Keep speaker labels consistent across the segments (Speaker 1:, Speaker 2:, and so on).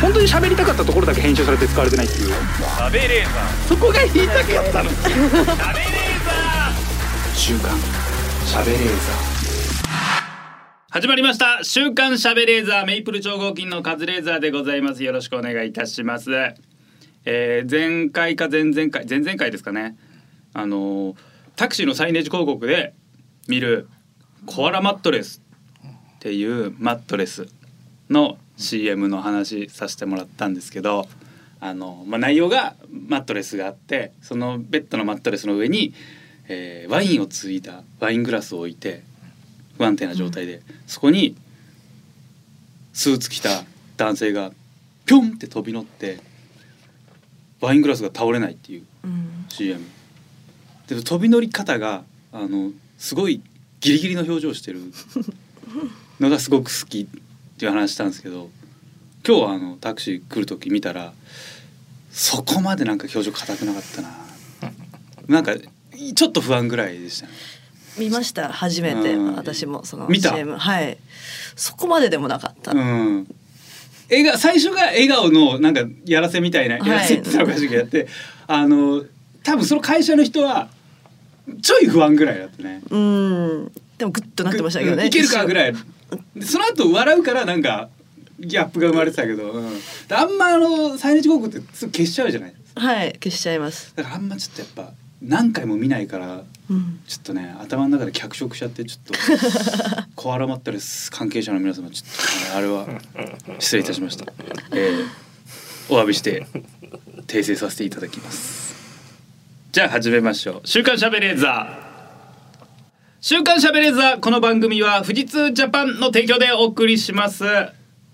Speaker 1: 本当に喋りたかったところだけ編集されて使われてないっていう
Speaker 2: 喋れーさ
Speaker 1: そこが言いたかったの
Speaker 2: ー喋れーさ
Speaker 1: 週刊喋れー
Speaker 2: ー始まりました週刊喋れーザーメイプル超合金のカズレーザーでございますよろしくお願いいたしますえー、前回か前々回前々回ですかねあのータクシーのサイネージ広告で見るコアラマットレスっていうマットレスの CM の話させてもらったんですけどあの、まあ、内容がマットレスがあってそのベッドのマットレスの上に、えーワインをついたワイングラスを置いて不安定な状態で、そこにスーツ着た男性がピョンって飛び乗ってワイングラスが倒れないっていう
Speaker 3: うん
Speaker 2: CM で飛び乗り方があのすごいギリギリの表情をしてるのがすごく好きっていう話したんですけど今日はあのタクシー来る時見たらそこまでなんか表情硬くなかったななんかちょっと不安ぐらいでしたね
Speaker 3: 見ました初めて
Speaker 2: うん
Speaker 3: 私もその
Speaker 2: 見た
Speaker 3: CM はいそこまででもなかった、
Speaker 2: うん笑顔最初が笑顔のなんかやらせみたいな、
Speaker 3: はい
Speaker 2: やらせって言ったらおかしいけどやってあの多分その会社の人はちょい不安ぐらいだったね。
Speaker 3: うんでもグッとなってましたけど
Speaker 2: うん
Speaker 3: ね
Speaker 2: いけるかぐ
Speaker 3: い
Speaker 2: らいでその後笑うからなんかギャップが生まれてたけど、うん、であんまあのサイネージ広告ってすぐ消しちゃうじゃない
Speaker 3: はい消しちゃいます
Speaker 2: だからあんまちょっとやっぱ何回も見ないから
Speaker 3: うん
Speaker 2: ちょっとね頭の中で脚色しちゃってちょっとコアラマットレス関係者の皆様ちょっと、ね、あれは失礼いたしました、えーお詫びして訂正させていただきますじゃあ始めましょう「週刊しゃべれーザー」週刊しゃべれーザーこの番組は富士通ジャパンの提供でお送りします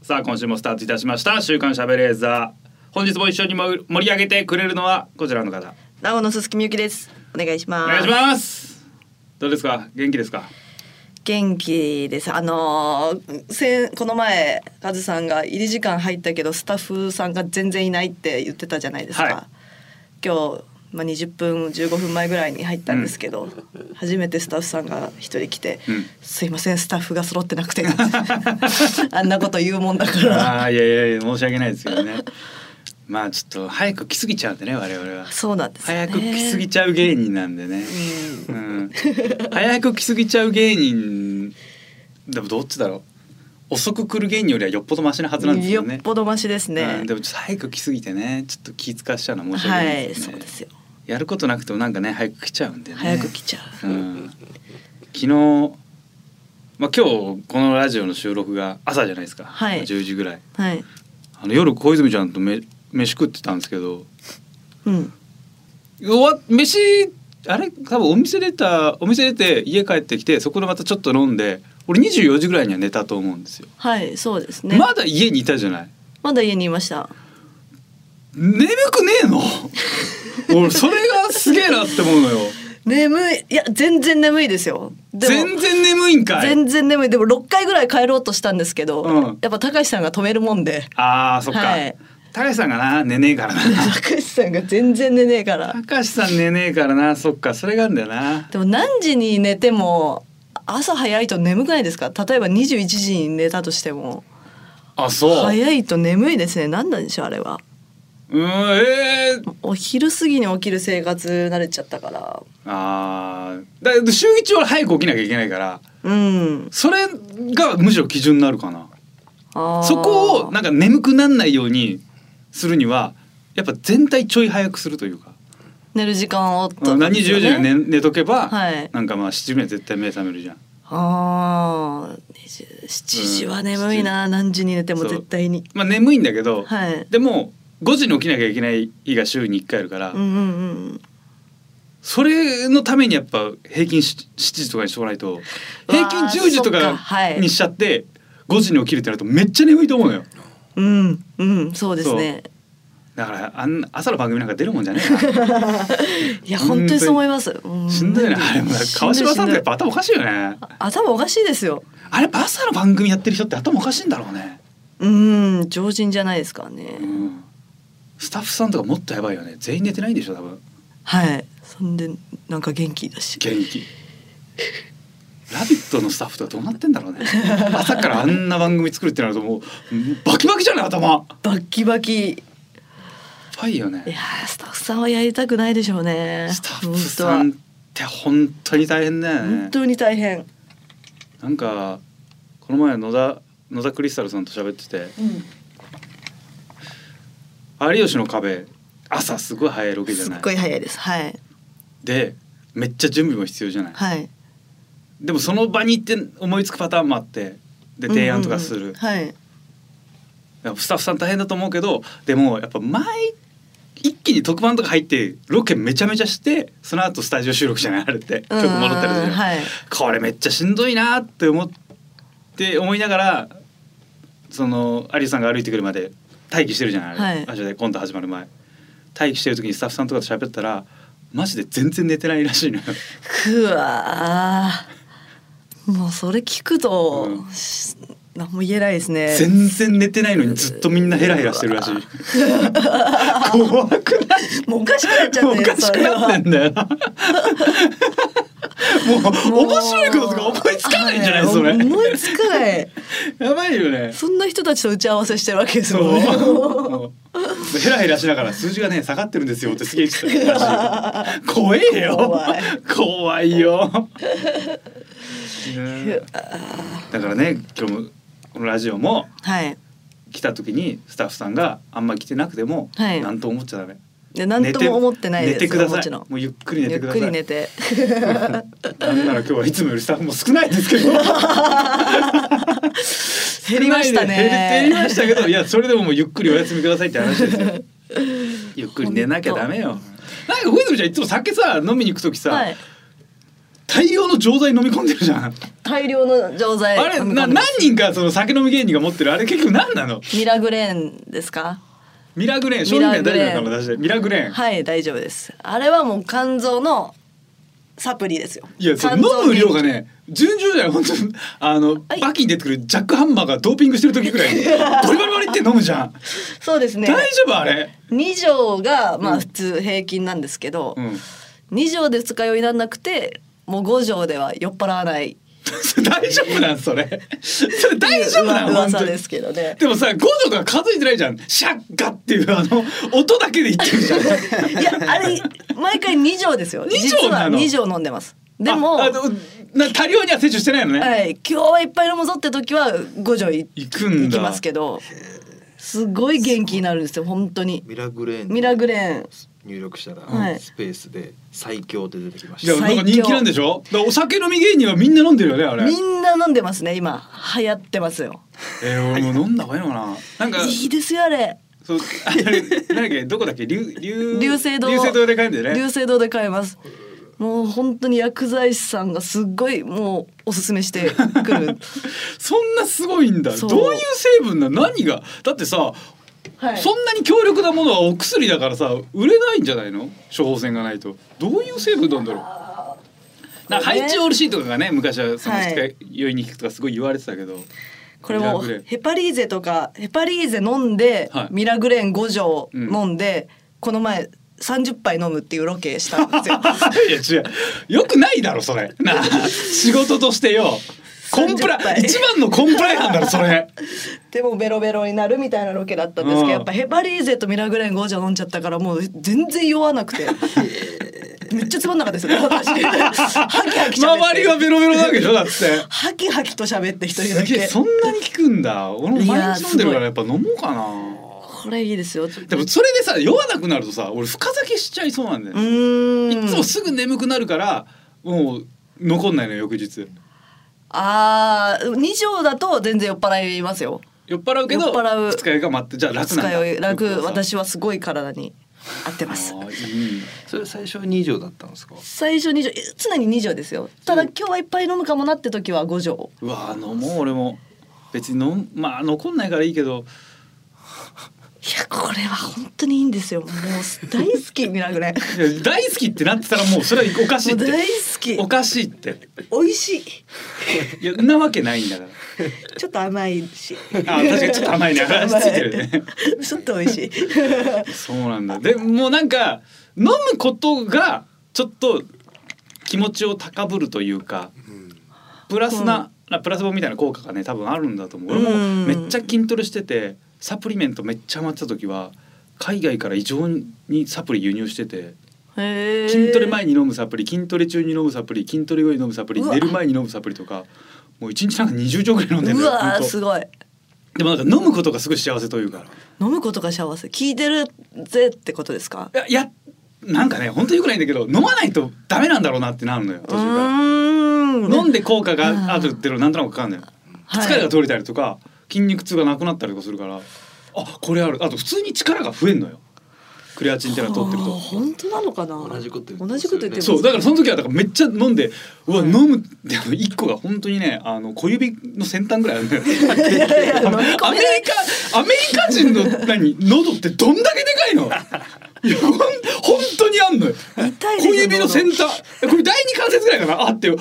Speaker 2: さあ今週もスタートいたしました「週刊しゃべれーザー」本日も一緒に盛り上げてくれるのはこちらの方
Speaker 3: 名護の鈴木みゆきですお願いします
Speaker 2: お願いしますどうですか元気ですか
Speaker 3: 元気ですあのーせんこの前カズさんが入り時間入ったけどスタッフさんが全然いないって言ってたじゃないですか、
Speaker 2: はい
Speaker 3: 今日、まあ、20分15分前ぐらいに入ったんですけど、初めてスタッフさんが一人来て「
Speaker 2: うん
Speaker 3: すいませんスタッフが揃ってなくて」 あんなこと言うもんだか
Speaker 2: あ
Speaker 3: ら
Speaker 2: あいやいやいや申し訳ないですけどね。まあちょっと早く来すぎちゃうんでね我々は。
Speaker 3: そうなんですよ
Speaker 2: 早
Speaker 3: ね
Speaker 2: く来すぎちゃう芸人なんでね。うん。早く来すぎちゃう芸人でもどっちだろう。遅く来る芸人よりはよっぽどマシなはずなんですよね。
Speaker 3: よっぽどマシですね、
Speaker 2: うんでもちょっと早く来すぎてねちょっと気遣わしちゃうのは申し訳
Speaker 3: は
Speaker 2: ない
Speaker 3: い
Speaker 2: です
Speaker 3: そ
Speaker 2: ね。
Speaker 3: うですよ
Speaker 2: やることなくてもなんかね早く来ちゃうんでね。
Speaker 3: 早く来ちゃう、
Speaker 2: うん昨日。まあ、今日このラジオの収録が朝じゃないですか、
Speaker 3: はい
Speaker 2: 10時ぐらい
Speaker 3: はい、
Speaker 2: あの夜小泉ちゃんとめ飯食ってたんですけど
Speaker 3: うん、
Speaker 2: うわ飯あれ多分お店出たお店出て家帰ってきてそこでまたちょっと飲んで俺24時ぐらいには寝たと思うんですよ、
Speaker 3: はいそうですね
Speaker 2: まだ家にいたじゃない
Speaker 3: まだ家にいました
Speaker 2: 眠くねえ の俺それがすげえなって思うのよ
Speaker 3: 眠いいや全然眠いですよでも
Speaker 2: 全然眠いんかい
Speaker 3: 全然眠いでも6回ぐらい帰ろうとしたんですけど、
Speaker 2: うん
Speaker 3: やっぱ高橋さんが止めるもんで
Speaker 2: あーそっか、
Speaker 3: はい
Speaker 2: 高橋さんがな寝ねえからな
Speaker 3: 高橋さんが全然寝ねえから
Speaker 2: 高橋さん寝ねえからなそっかそれがあるんだよな
Speaker 3: でも何時に寝ても朝早いと眠くないですか例えば21時に寝たとしても
Speaker 2: あそう、
Speaker 3: 早いと眠いですね何なんでしょうあれは
Speaker 2: うんえー、
Speaker 3: お昼過ぎに起きる生活慣れちゃったから
Speaker 2: あーだけど週一は早く起きなきゃいけないから
Speaker 3: うん
Speaker 2: それがむしろ基準になるかな
Speaker 3: あー
Speaker 2: そこをなんか眠くなんないようにするにはやっぱ全体ちょい早くするというか、
Speaker 3: 寝る時間をと
Speaker 2: 何十時に寝寝とけば、
Speaker 3: はい
Speaker 2: なんかまあ7時には絶対目覚めるじゃん
Speaker 3: ああ7時は眠いな、何時に寝ても絶対に
Speaker 2: まあ眠いんだけど、
Speaker 3: はい
Speaker 2: でも5時に起きなきゃいけない日が週に1回あるから、
Speaker 3: うんうんうん
Speaker 2: それのためにやっぱ平均し7時とかにしとかないと平均
Speaker 3: わあ
Speaker 2: 10時と
Speaker 3: そっか
Speaker 2: か
Speaker 3: はい
Speaker 2: にしちゃって5時に起きるってなるとめっちゃ眠いと思うのよ
Speaker 3: うんうんそうですね
Speaker 2: だからあん朝の番組なんか出るもんじゃねえ ない
Speaker 3: や本当にそう思いますう
Speaker 2: しんどいなあれも 川島さんってやっぱ頭おかしいよね
Speaker 3: 頭おかしいですよ
Speaker 2: あれバサの番組やってる人って頭おかしいんだろうね、
Speaker 3: うん常人じゃないですからね、
Speaker 2: うん、スタッフさんとかもっとやばいよね全員寝てないんでしょ多分
Speaker 3: はいそんでなんか元気だし
Speaker 2: 元気ラビット!」のスタッフとかどうなってんだ ろうね朝からあんな番組作るってなるともうバキバキじゃない頭
Speaker 3: バッキバキい
Speaker 2: やばいよね
Speaker 3: やースタッフさんはやりたくないでしょうね
Speaker 2: スタッフさんって本当に大変だよね
Speaker 3: 本当に大変、
Speaker 2: なんかこの前野田野田クリスタルさんと喋ってて「有吉の壁」朝すごい早いロケじゃ
Speaker 3: す
Speaker 2: な
Speaker 3: っ
Speaker 2: い
Speaker 3: ごい早いですはい
Speaker 2: でめっちゃ準備も必要じゃない、
Speaker 3: はい
Speaker 2: でもその場に行って思いつくパターンもあってで提案とかする、
Speaker 3: うんうんうんはい
Speaker 2: やっぱスタッフさん大変だと思うけどでもやっぱ毎一気に特番とか入ってロケめちゃめちゃしてその後スタジオ収録じゃないあれって曲戻ったりするじゃん
Speaker 3: うんはい
Speaker 2: これめっちゃしんどいなって思って思いながらその有吉さんが歩いてくるまで待機してるじゃないあれ、
Speaker 3: はい
Speaker 2: あじゃあコント始まる前待機してる時にスタッフさんとかと喋ったらマジで全然寝てないらしいのよ
Speaker 3: くわーもうそれ聞くと、
Speaker 2: うん
Speaker 3: し何も言えないですね
Speaker 2: 全然寝てないのにずっとみんなヘラヘラしてるら しい怖くない
Speaker 3: もうおかしくなっちゃ っ
Speaker 2: お
Speaker 3: て
Speaker 2: かし
Speaker 3: そ
Speaker 2: く
Speaker 3: れ
Speaker 2: な
Speaker 3: は
Speaker 2: ってんだよなもう面白いこととか思いつかないんじゃない
Speaker 3: もう
Speaker 2: それ
Speaker 3: はい思いつかない
Speaker 2: やばいよね
Speaker 3: そんな人たちと打ち合わせしてるわけです
Speaker 2: そう
Speaker 3: もんね
Speaker 2: そうヘラヘラしながら数字がね下がってるんですよってすげえ言ってたらしいよ怖えよ
Speaker 3: 怖い
Speaker 2: 怖いよねだからね今日もこのラジオも
Speaker 3: はい
Speaker 2: 来た時にスタッフさんがあんま来てなくても、
Speaker 3: はい
Speaker 2: なんとも思っちゃダメ
Speaker 3: で何とも思ってないです
Speaker 2: 寝てくださ
Speaker 3: もち
Speaker 2: い
Speaker 3: ろん
Speaker 2: もうゆっくり寝て
Speaker 3: ゆ
Speaker 2: く
Speaker 3: っ
Speaker 2: だ
Speaker 3: く
Speaker 2: さい
Speaker 3: り 寝て
Speaker 2: なんなら今日はいつもよりスタッフも少ないですけど
Speaker 3: 減りましたね
Speaker 2: 減りましたけどいやそれでももうゆっくりお休みくださいって話です よゆっくり寝なきゃダメよなんか小泉ちゃんいつも酒さ飲みに行く時さ、
Speaker 3: はい
Speaker 2: 大量の錠剤飲み込んでるじゃん、
Speaker 3: 大量の錠剤
Speaker 2: あれ
Speaker 3: 飲み込ん
Speaker 2: な
Speaker 3: でま
Speaker 2: 何
Speaker 3: す
Speaker 2: 人かその酒飲み芸人が持ってるあれ結局何なの
Speaker 3: ミラグレーンですか
Speaker 2: ミラグレーン商品名誰だから出してミラグレーン
Speaker 3: はい大丈夫ですあれはもう肝臓のサプリですよ
Speaker 2: いやそ
Speaker 3: 肝臓
Speaker 2: う飲む量がね順々じゃない本当にあの、
Speaker 3: はい
Speaker 2: バキに出てくるジャックハンマーがドーピングしてる時くら いバリバリバリって飲むじゃん、
Speaker 3: そうですね
Speaker 2: 大丈夫あれ、
Speaker 3: 2錠がま
Speaker 2: う
Speaker 3: あ
Speaker 2: ん
Speaker 3: 普通平均なんですけど、
Speaker 2: うん
Speaker 3: 二2錠で二日酔いにならなくてもう5錠では酔っ払わない
Speaker 2: 大丈夫なんそ れそれ大丈夫なの本当
Speaker 3: 噂
Speaker 2: に
Speaker 3: ですけどね
Speaker 2: でもさ五条とか数えてないじゃんシャッガっていうあの音だけで言ってるじゃん
Speaker 3: いやあれ毎回2錠ですよ
Speaker 2: 二錠
Speaker 3: 実は
Speaker 2: なの
Speaker 3: 2錠飲んでますでも
Speaker 2: ああのな多量には摂取してないのね、
Speaker 3: はい、今日はいっぱい飲むぞって時は五錠い
Speaker 2: 行くんだ
Speaker 3: 行きますけどすごい元気になるんですよ本当に
Speaker 4: ミラグレーン
Speaker 3: ミラグレーン
Speaker 4: 入力したら、
Speaker 3: はい
Speaker 4: スペースで最強って出てきまし
Speaker 2: じゃ
Speaker 4: た
Speaker 2: あ
Speaker 3: いや
Speaker 2: なんか人気なんでしょだからお酒飲み芸人はみんな飲んでるよねあれ
Speaker 3: みんな飲んでますね今流行ってますよ
Speaker 2: えー、俺も飲んだ方がいいのかななんか
Speaker 3: いいですよあれ
Speaker 2: そうあれなんだっけどこだっけ流流
Speaker 3: 流星堂
Speaker 2: 流星堂で買えるんだよ
Speaker 3: 流
Speaker 2: ね
Speaker 3: 星堂で買えますもう本当に薬剤師さんがすっごいもうおすすめして くる、
Speaker 2: そんなすごいんだ
Speaker 3: そう
Speaker 2: どういう成分なの何がだってさ
Speaker 3: はい、
Speaker 2: そんなに強力なものはお薬だからさ売れないんじゃないの処方箋がないとどういう成分なんだろうなんかハイチオールシーとかがね昔はその
Speaker 3: はい
Speaker 2: 二日酔いに効くとかすごい言われてたけど、
Speaker 3: これ
Speaker 2: ミラ
Speaker 3: も
Speaker 2: クレーン
Speaker 3: ヘパリーゼとかヘパリーゼ飲んで、
Speaker 2: はい
Speaker 3: ミラグレーン5錠
Speaker 2: うん
Speaker 3: 飲んで、この前30杯飲むっていうロケしたん ですよ
Speaker 2: いや違うよくないだろそれなあ仕事としてよコンプラ
Speaker 3: 30杯
Speaker 2: 一番のコンプラ違反だろそ れ
Speaker 3: でもベロベロになるみたいなロケだったんですけ
Speaker 2: うん
Speaker 3: どやっぱヘパリーゼとミラグレーン5錠飲んじゃったからもう全然酔わな くてめっちゃつまんなかったですよ私ハキハキ喋って
Speaker 2: 周りがベロベロなわけでしょだって
Speaker 3: ハキハキと喋って一人
Speaker 2: す
Speaker 3: だ
Speaker 2: げえ
Speaker 3: け
Speaker 2: そんなに効くんだ俺も
Speaker 3: いや
Speaker 2: 毎日飲んでるから
Speaker 3: すごい
Speaker 2: やっぱ飲もうかな
Speaker 3: これいいですよで
Speaker 2: でもそれでさ酔わなくなるとさ俺深酒しちゃいそうなんだよね
Speaker 3: うーん
Speaker 2: いつもすぐ眠くなるからもう残んないのよ翌日
Speaker 3: あー二錠だと全然酔っ払いますよ
Speaker 2: 酔っ払うけど
Speaker 3: 酔っ払う
Speaker 2: 二日酔いが待ってじゃあ楽
Speaker 3: 二
Speaker 2: なん
Speaker 3: 日
Speaker 2: だ
Speaker 3: 酔い楽
Speaker 2: よくわかる
Speaker 3: 私はすごい体に合ってます
Speaker 2: あーいい
Speaker 4: それ最初は2錠だったんですか
Speaker 3: 最初2錠え常に2錠ですよただ今日はいっぱい飲むかもなって時は5錠
Speaker 2: うわー飲もう俺も別に飲んまあ残んないからいいけど
Speaker 3: いやこれは本当にいいんですよもう大好きミラグ レ
Speaker 2: いや大好きってなってたらもうそれはおかしい
Speaker 3: も
Speaker 2: っ
Speaker 3: う大
Speaker 2: て
Speaker 3: 好き
Speaker 2: おかしいって
Speaker 3: 美味しい
Speaker 2: いやんなわけないんだから
Speaker 3: ちょっと甘いし
Speaker 2: あー確かにちょっと 甘いね話ついてるね
Speaker 3: ちょっと美味しい
Speaker 2: そうなんだでもうなんか飲むことがちょっと気持ちを高ぶるというかプラスな、プラスボみたいな効果がね多分あるんだと思う俺も
Speaker 3: うん
Speaker 2: めっちゃ筋トレしててサプリメントめっちゃ余ってた時は海外から異常にサプリ輸入してて
Speaker 3: へー
Speaker 2: 筋トレ前に飲むサプリ筋トレ中に飲むサプリ筋トレ後に飲むサプリ
Speaker 3: うわ
Speaker 2: 寝る前に飲むサプリとかもう一日なんか20錠ぐらい飲んでる
Speaker 3: う
Speaker 2: よ
Speaker 3: わ
Speaker 2: ほ
Speaker 3: ー
Speaker 2: んと
Speaker 3: すごい
Speaker 2: でもなんか飲むことがすごい幸せというか
Speaker 3: 飲むことが幸せ聞いてるぜってことですか
Speaker 2: いやいやなんかね本当よくないんだけど飲まないとダメなんだろうなってなるのよ
Speaker 3: う
Speaker 2: 途中から。
Speaker 3: ーん
Speaker 2: 飲んで効果があるっていうのはなんとなく分かんない、
Speaker 3: はい
Speaker 2: 疲れが取れたりとか筋肉痛がなくなったりとかするからあこれあるあと普通に力が増えんのよクレアチンっていうのは取ってる
Speaker 3: あー
Speaker 2: と。
Speaker 3: 本当なのかな
Speaker 4: 同じこと言ってますよね
Speaker 3: 同じこと言ってます
Speaker 2: そうだからその時はだからめっちゃ飲んでうわ、
Speaker 3: はい
Speaker 2: 飲むでも一個が本当にねあの小指の先端ぐらいあるんだよ
Speaker 3: や飲み込めない
Speaker 2: アメリカアメリカ人の何喉ってどんだけでかいのいやほん本当にあんのよ
Speaker 3: 痛いです
Speaker 2: 小指の先端えこれ第二関節ぐらいかなあってよ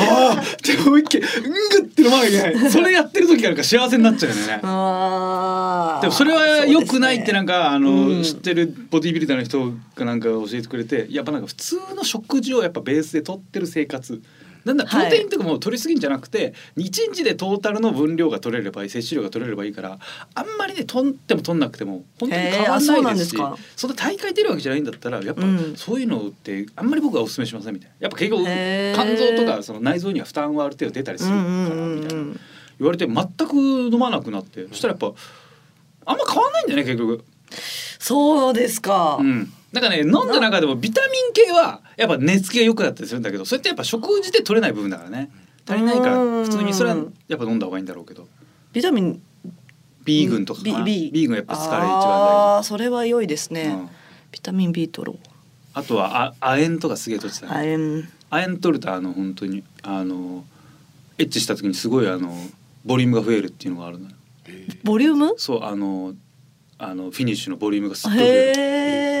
Speaker 2: ああって思いっきりうんぐって飲まなきゃいけないそれやってる時なんか幸せになっちゃうよね
Speaker 3: あー
Speaker 2: でもそれは良くないってなんか、あの、
Speaker 3: うん
Speaker 2: 知ってるボディビルダーの人がなんか教えてくれてやっぱなんか普通の食事をやっぱベースで取ってる生活なんだプ
Speaker 3: はい
Speaker 2: ロテインとかも取りすぎんじゃなくて、一1日でトータルの分量が取れればいい摂取量が取れればいいからあんまりね取っても取んなくても本当に変わら
Speaker 3: へーあそうな
Speaker 2: なんいで
Speaker 3: で
Speaker 2: すすし
Speaker 3: か
Speaker 2: そんな大会出るわけじゃないんだったらやっぱ
Speaker 3: うん
Speaker 2: そういうのってあんまり僕はお勧めしませんみたいなやっぱ結構
Speaker 3: へー
Speaker 2: 肝臓とかその内臓には負担はある程度出たりす
Speaker 3: う
Speaker 2: るから
Speaker 3: んうん
Speaker 2: みたいな。
Speaker 3: うん
Speaker 2: 言われて全く飲まなくなってそしたらやっぱあんま変わんないんだよね結局
Speaker 3: そうですか、
Speaker 2: うんなんかね飲んだ中でもビタミン系はやっぱ寝つきが良くなったりするんだけどそれってやっぱ食事で取れない部分だからね足りないから
Speaker 3: うん
Speaker 2: 普通にそれはやっぱ飲んだ方がいいんだろうけど
Speaker 3: ビタミン
Speaker 2: B 群とかかな
Speaker 3: B,
Speaker 2: B, 群やっぱ疲れ一番
Speaker 3: あ
Speaker 2: 大
Speaker 3: ーそれは良いです
Speaker 2: 事、
Speaker 3: ね、
Speaker 2: うん
Speaker 3: ビタミン B 取ろう
Speaker 2: あとはあ亜鉛とかすげえ取ってた、ね、
Speaker 3: あえん
Speaker 2: 亜鉛取るとあの本当にあのエッチした時にすごいあのボリュームが増えるっていうのがあるのよ
Speaker 3: ボリューム
Speaker 2: そうあのあのフィニッシュのボリュームがすっごい増える
Speaker 3: へ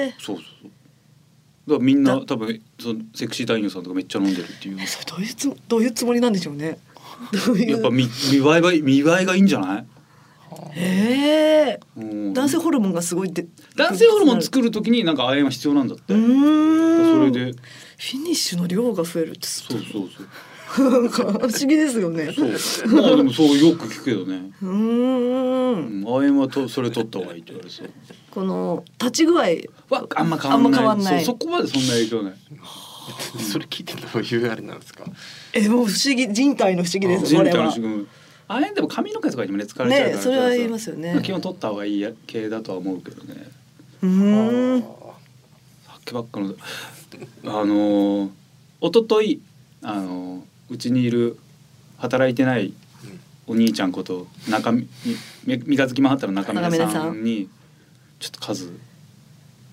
Speaker 3: え
Speaker 2: そうそうそうだからみんな
Speaker 3: だ
Speaker 2: 多分そのセクシー男優さんとかめっちゃ飲んでる っていう
Speaker 3: それどういうつどういうつもりなんでしょ うねどういう
Speaker 2: やっぱ見見栄えが見栄えがいいんじゃない、
Speaker 3: へえ
Speaker 2: うん、
Speaker 3: 男性ホルモンがすごいで
Speaker 2: 男性ホルモン
Speaker 3: る
Speaker 2: 作る時になんか亜鉛は必要なんだって
Speaker 3: うーん
Speaker 2: それで
Speaker 3: フィニッシュの量が増えるって
Speaker 2: そうそうそう
Speaker 3: なんか不思議ですよね
Speaker 2: そうまあでもそうよく聞くけどね
Speaker 3: うー
Speaker 2: うんん亜鉛、はとそれ取った方がいいって言われそう
Speaker 3: この立ち具合
Speaker 2: わあんま変わんない
Speaker 3: あんま変わんない
Speaker 2: そうそこまでそんな影響ない
Speaker 4: それ聞いてたの言うあれなんですか。
Speaker 3: えもう不思議人体の不思議です
Speaker 2: 人
Speaker 3: こ
Speaker 2: 体
Speaker 3: れ
Speaker 2: の
Speaker 3: は
Speaker 2: 仕組み亜鉛でも髪の毛とかにもね疲れちゃうから
Speaker 3: ねそれは言いますよね
Speaker 2: 基本取った方がいい系だとは思うけどね
Speaker 3: うーん
Speaker 2: さっきばっかのあのー一昨日あのーうちにいる働いてないお兄ちゃんこと中みみ三日月マンハッタンの中
Speaker 3: 中
Speaker 2: 村
Speaker 3: 村さ
Speaker 2: さ
Speaker 3: ん
Speaker 2: んに「ちょっと数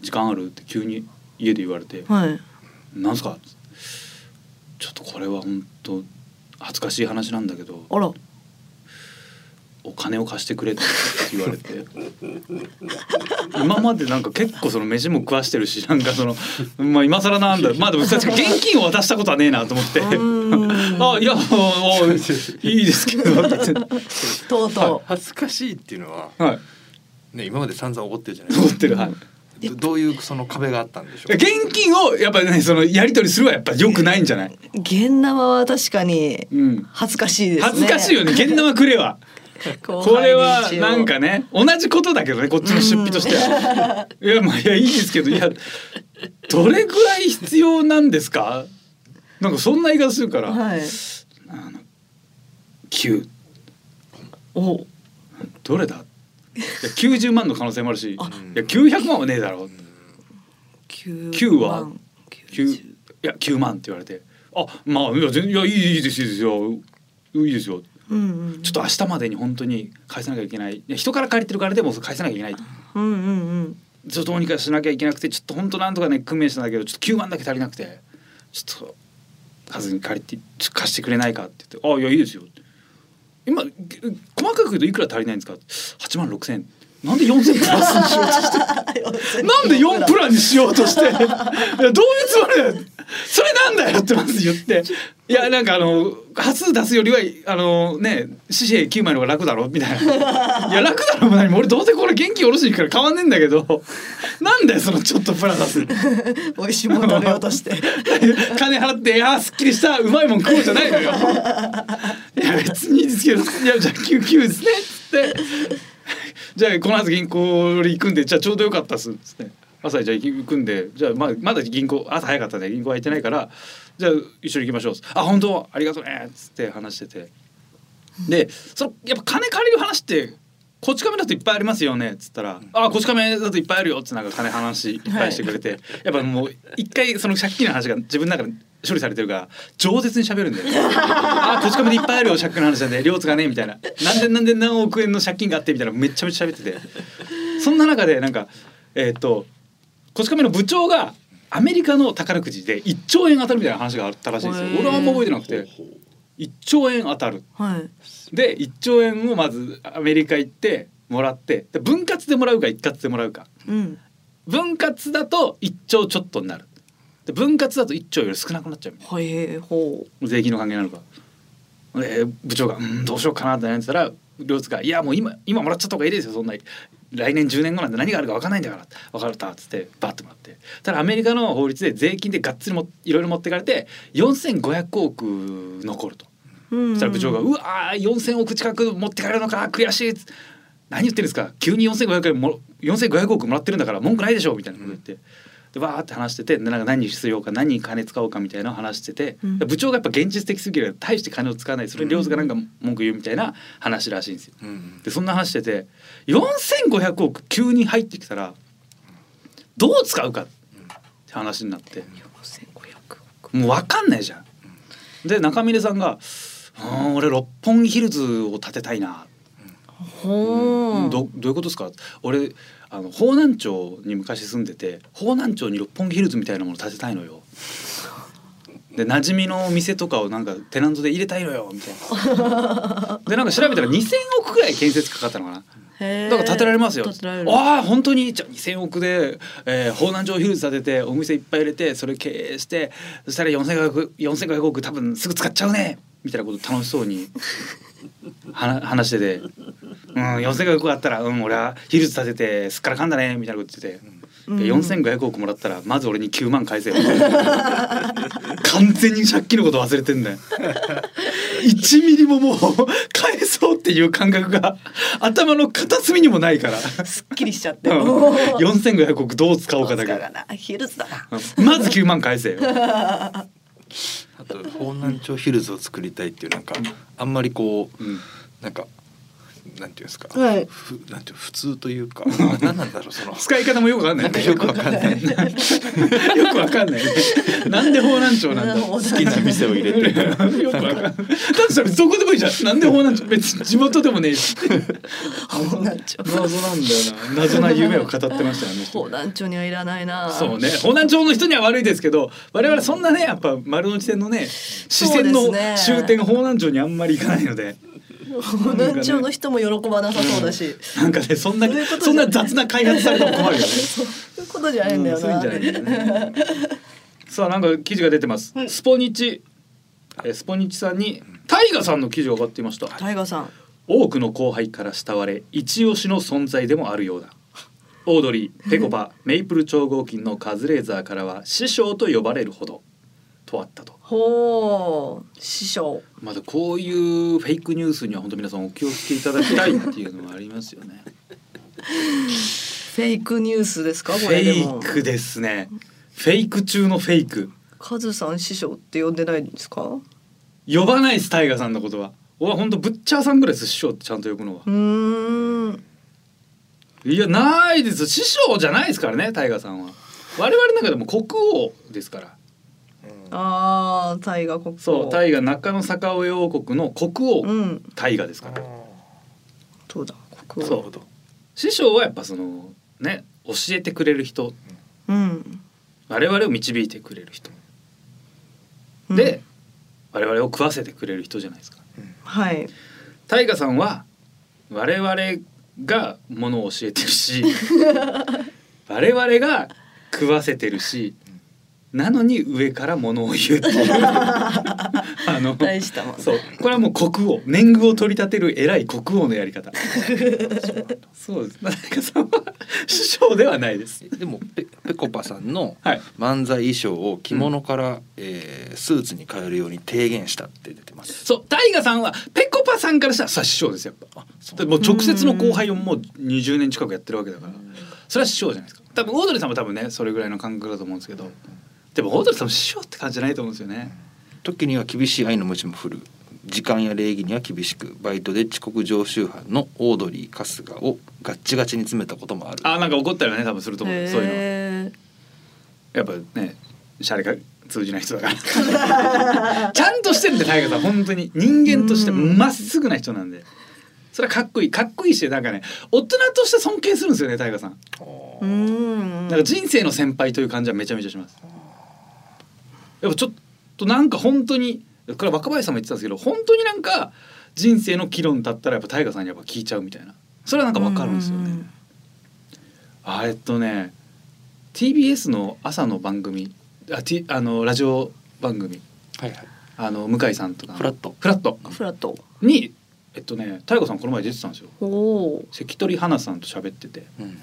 Speaker 2: 時間ある?」って急に家で言われて
Speaker 3: はい
Speaker 2: 「なんすか?」ちょっとこれは本当恥ずかしい話なんだけど
Speaker 3: あら
Speaker 2: お金を貸してくれって言われて今までなんか結構その飯も食わしてるしなんかそのまあ今更なんだまあでも確かに現金を渡したことはねえなと思って
Speaker 3: ーん
Speaker 2: あいやもういいですけどって言って
Speaker 3: とうと
Speaker 4: 恥ずかしいっていうのは
Speaker 2: はい
Speaker 4: ね今まで散々怒ってるじゃないで
Speaker 2: 思っ
Speaker 4: す
Speaker 2: てるはい
Speaker 4: か。どどういうその壁があったんでしょうか。
Speaker 2: 現金をやっぱねそのやり取りするはやっぱ良くないんじゃないう
Speaker 3: 現生は確かに
Speaker 2: うん
Speaker 3: 恥ずかしいですね
Speaker 2: 恥ずかしいよね現生くれは
Speaker 3: 後
Speaker 2: こ
Speaker 3: 輩
Speaker 2: れ
Speaker 3: に
Speaker 2: は
Speaker 3: 一応
Speaker 2: なんかね同じことだけどねこっちの出費としては。いやまあいやいいですけどいやどれぐらい必要なんですかなんかそんな言い方するから「
Speaker 3: はい
Speaker 2: あの9
Speaker 3: お
Speaker 2: どれだ?」いや90万の可能性もあるし「いや
Speaker 4: あ
Speaker 2: 900万はねえだろ」
Speaker 3: 九
Speaker 2: 九は
Speaker 3: 万
Speaker 2: 九い
Speaker 3: 九
Speaker 2: や9万」って言われて「あまあいや全いやいいいいですいいですよいいですよ」
Speaker 3: うんうん
Speaker 2: ちょっと明日までに本当に返さなきゃいけないいや人から借りてるからでも返さなきゃいけない
Speaker 3: うんうんうん
Speaker 2: ちょっとどうにかしなきゃいけなくてちょっと本当なんとかね工面したんだけどちょっと9万だけ足りなくてちょっと数に借りてちょっと貸してくれないかって言って「あいやいいですよ」って今ぎ細かく言うといくら足りないんですか8万6千なんで4000プラスにしようとしてなんで4プランにしようとしていや どういうつもりだよそれなんだよってまず言っていやなんかあの端数出すよりはあのね紙幣9枚の方が楽だろみたいないや楽だろも何も俺どうせこれ現金下ろしに行くから変わんねえんだけどなんだよそのちょっとプラ出す
Speaker 3: 美味しいもの食べよう として。
Speaker 2: 金払って「あーすっきりしたうまいもん食おう」じゃないのよ。いや別にいいですけど「いやじゃあ救急ですね」っつって「じゃあこの後銀行に行くんでじゃあちょうどよかったっす」っつって「朝じゃあ行くんでじゃあまあまだ銀行朝早かったね銀行空いてないからじゃあ一緒に行きましょう」あ本当ありがとうね」っつって話しててでそのやっぱ金借りる話ってこち亀だといっぱいありますよねっつったら「ああこち亀だといっぱいあるよ」っつってなんか金話いっぱいしてくれて、やっぱもう一回その借金の話が自分の中で処理されてるから饒舌に喋るんだよね「ああこち亀でいっぱいあるよ借金の話なんで両津がね」みたいな「何で何で何億円の借金があって」みたいなめっちゃめちゃ喋っててそんな中でなんかえーっとこち亀の部長がアメリカの宝くじで1兆円当たるみたいな話があったらしいんですよ
Speaker 3: へ。ー
Speaker 2: 俺はあんま覚えてなくて1兆円当たる
Speaker 3: はい。
Speaker 2: で1兆円をまずアメリカ行ってもらってで分割でもらうか一括でもらうか
Speaker 3: うん。
Speaker 2: 分割だと1兆ちょっとになるで分割だと1兆より少なくなっちゃうみたい
Speaker 3: はい、ほう。
Speaker 2: な税金の関係なのかで部長が「うんどうしようかな」ってなってたら両津が「いやもう今今もらっちゃった方がいいですよそんな来年10年後なんて何があるか分かんないんだから」分かった」っつってバッてもらってただアメリカの法律で税金でがっつりもいろいろ持ってかれて4500億残ると。
Speaker 3: うん
Speaker 2: そしたら部長が「うわー4,000億近く持ってかれるのか悔しい」何言ってるんですか急に4,500円も4,500億もらってるんだから文句ないでしょ」みたいなこと言って。でわーって話しててでなんか何にしようか何に金使おうかみたいなのを話してて、
Speaker 3: うん
Speaker 2: で部長がやっぱ現実的すぎるから大して金を使わないそれ
Speaker 4: うん
Speaker 2: 両津がなんか文句言うみたいな話らしいんですよ。
Speaker 4: うん
Speaker 2: でそんな話してて4,500億急に入ってきたらどう使うかって話になって。
Speaker 3: 4500億。
Speaker 2: もう分かんないじゃん。で中峰さんが「うん俺六本木ヒルズを建てたいな」
Speaker 3: ほう。
Speaker 2: どどういうことですか俺あの方南町に昔住んでて方南町に六本木ヒルズみたいなもの建てたいのよ。で馴染みの店とかをなんかテナントで入れたいのよみたいな。でなんか調べたら2,000億ぐらい建設かかったのかな。
Speaker 3: へー
Speaker 2: だから建てられますよ。
Speaker 3: 建てられる。
Speaker 2: ああ本当にじゃあ2,000億で、えー、方南町ヒルズ建ててお店いっぱい入れてそれ経営してそしたら4,500億4500億多分すぐ使っちゃうねみたいなこと楽しそうに 話話してて「うん4,500億あったらうん俺はヒルズ建ててすっからかんだね」みたいなこと言ってて。
Speaker 3: うん
Speaker 2: で4500億もらったらまず俺に9万返せよ完全に借金のこと忘れてんだよ1ミリももう返そうっていう感覚が頭の片隅にもないから
Speaker 3: すっきりしちゃって。もう
Speaker 2: 4500億どう 使おうかだけ
Speaker 3: どう使うかなヒルズだな。
Speaker 2: うんまず9万返せよ
Speaker 4: あと方南町ヒルズを作りたいっていうなんかあんまりこう、
Speaker 2: うん
Speaker 4: なんかなんていうんですか、
Speaker 3: はい
Speaker 4: ふなんていう普通と いうかあ何なんだろうその
Speaker 2: 使い方もよくわかんな
Speaker 4: ないんかよくわかんない
Speaker 2: よくわかんないねなんで方南町なんだ
Speaker 3: 好
Speaker 4: 好きな店を入れてる
Speaker 2: よくわかんないだってそれどこでもいいじゃんなんで方南町別に地元でもねえし
Speaker 3: 方南町。
Speaker 2: 謎なんだよな謎な夢を語ってましたよね
Speaker 3: 方南町にはいらないな。
Speaker 2: そうね方南町の人には悪いですけど我々そんなねやっぱ丸の内線のね視線
Speaker 3: そ
Speaker 2: の
Speaker 3: うですね
Speaker 2: 終点が方南町にあんまり行かないので
Speaker 3: 方南町の人も喜ばなさそうだし。
Speaker 2: なんかねそんな
Speaker 3: そういうことじ
Speaker 2: そ
Speaker 3: ゃ
Speaker 2: ん
Speaker 3: ない
Speaker 2: な雑な開発されても困るよね。
Speaker 3: そういうことじゃないんだよ
Speaker 2: そういうん
Speaker 3: な。
Speaker 2: じゃないんだよね。さあなんか記事が出てます。スポニチ、えースポニチさんにタイガさんの記事が上がっていました。
Speaker 3: タイガーさん。
Speaker 2: 多くの後輩から慕われ一押しの存在でもあるようだオードリーペコ パメイプル超合金のカズレーザーからは師匠と呼ばれるほどとあったと
Speaker 3: ほう。師匠。
Speaker 2: まだこういうフェイクニュースには本当皆さんお気をつけいただきたいっていうのはありますよ ね
Speaker 3: フェイクニュースですか
Speaker 2: フ
Speaker 3: これで
Speaker 2: ェ
Speaker 3: も
Speaker 2: イ。クですねフェイク中のフェイク
Speaker 3: カズさん師匠って呼んでないんですか。
Speaker 2: 呼ばないですタイガーさんのことは俺は本当ブッチャーさんぐらいです師匠ってちゃんと呼ぶのは
Speaker 3: うーん。
Speaker 2: いやないです師匠じゃないですからねタイガーさんは我々の中でも国王ですから
Speaker 3: ああ、タイガ国王。
Speaker 2: そう大河中野坂上王国の国王
Speaker 3: うん。
Speaker 2: 大河ですから、
Speaker 3: そうだ。国王。
Speaker 2: そう
Speaker 4: ほど
Speaker 2: 師匠はやっぱそのね教えてくれる人
Speaker 3: うん。
Speaker 2: 我々を導いてくれる人、
Speaker 3: うん
Speaker 2: で。我々を食わせてくれる人じゃないですか
Speaker 3: はい。
Speaker 2: 大河さんは我々がものを教えてる し我々が食わせてるしなのに上からものを言うって いうあの
Speaker 3: 大したもん
Speaker 2: そうこれはもう国王年貢を取り立てる偉い国王のやり 方そうです田中さんは師匠ではないです
Speaker 4: でもペペコパさんの
Speaker 2: はい
Speaker 4: 漫才衣装を着物から、えースーツに変えるように提言したって出てます。
Speaker 2: そう大河さんはペコパさんからしたらさ師匠ですよやっぱ
Speaker 4: あそう
Speaker 2: でもう直接の後輩をもう20年近くやってるわけだからそれは師匠じゃないですか多分オードリーさんも多分ねそれぐらいの感覚だと思うんですけどでもオードリーさんも師匠って感じじゃないと思うんですよね
Speaker 4: 時には厳しい愛の鞭も振る時間や礼儀には厳しくバイトで遅刻常習犯のオードリー春日をガッチガチに詰めたこともある
Speaker 2: あなんか怒ったりはね多分すると思うそういうの
Speaker 3: へー
Speaker 2: やっぱねシャレが通じない人だから ちゃんとしてるんで大河さん本当に人間としてまっすぐな人なんでそれはかっこいいかっこいいしなんかね大人として尊敬するんですよね大河さん
Speaker 3: うーん
Speaker 2: なんか人生の先輩という感じはめちゃめちゃします。やっぱちょっとなんか本当にこれ若林さんも言ってたんですけど本当になんか人生の議論だったらやっぱ大河さんにやっぱ聞いちゃうみたいなそれはなんかわかるんですよ
Speaker 3: う
Speaker 2: ね
Speaker 3: ん。
Speaker 2: あえっとね TBS の朝の番組あ、T、あのラジオ番組
Speaker 4: はいはい
Speaker 2: あの向井さんとか
Speaker 4: フラット
Speaker 2: フラット
Speaker 3: フラット
Speaker 2: にえっとね大河さんこの前出てたんですよ。
Speaker 3: おおー
Speaker 2: 関取花さんと喋ってて。
Speaker 4: うんうん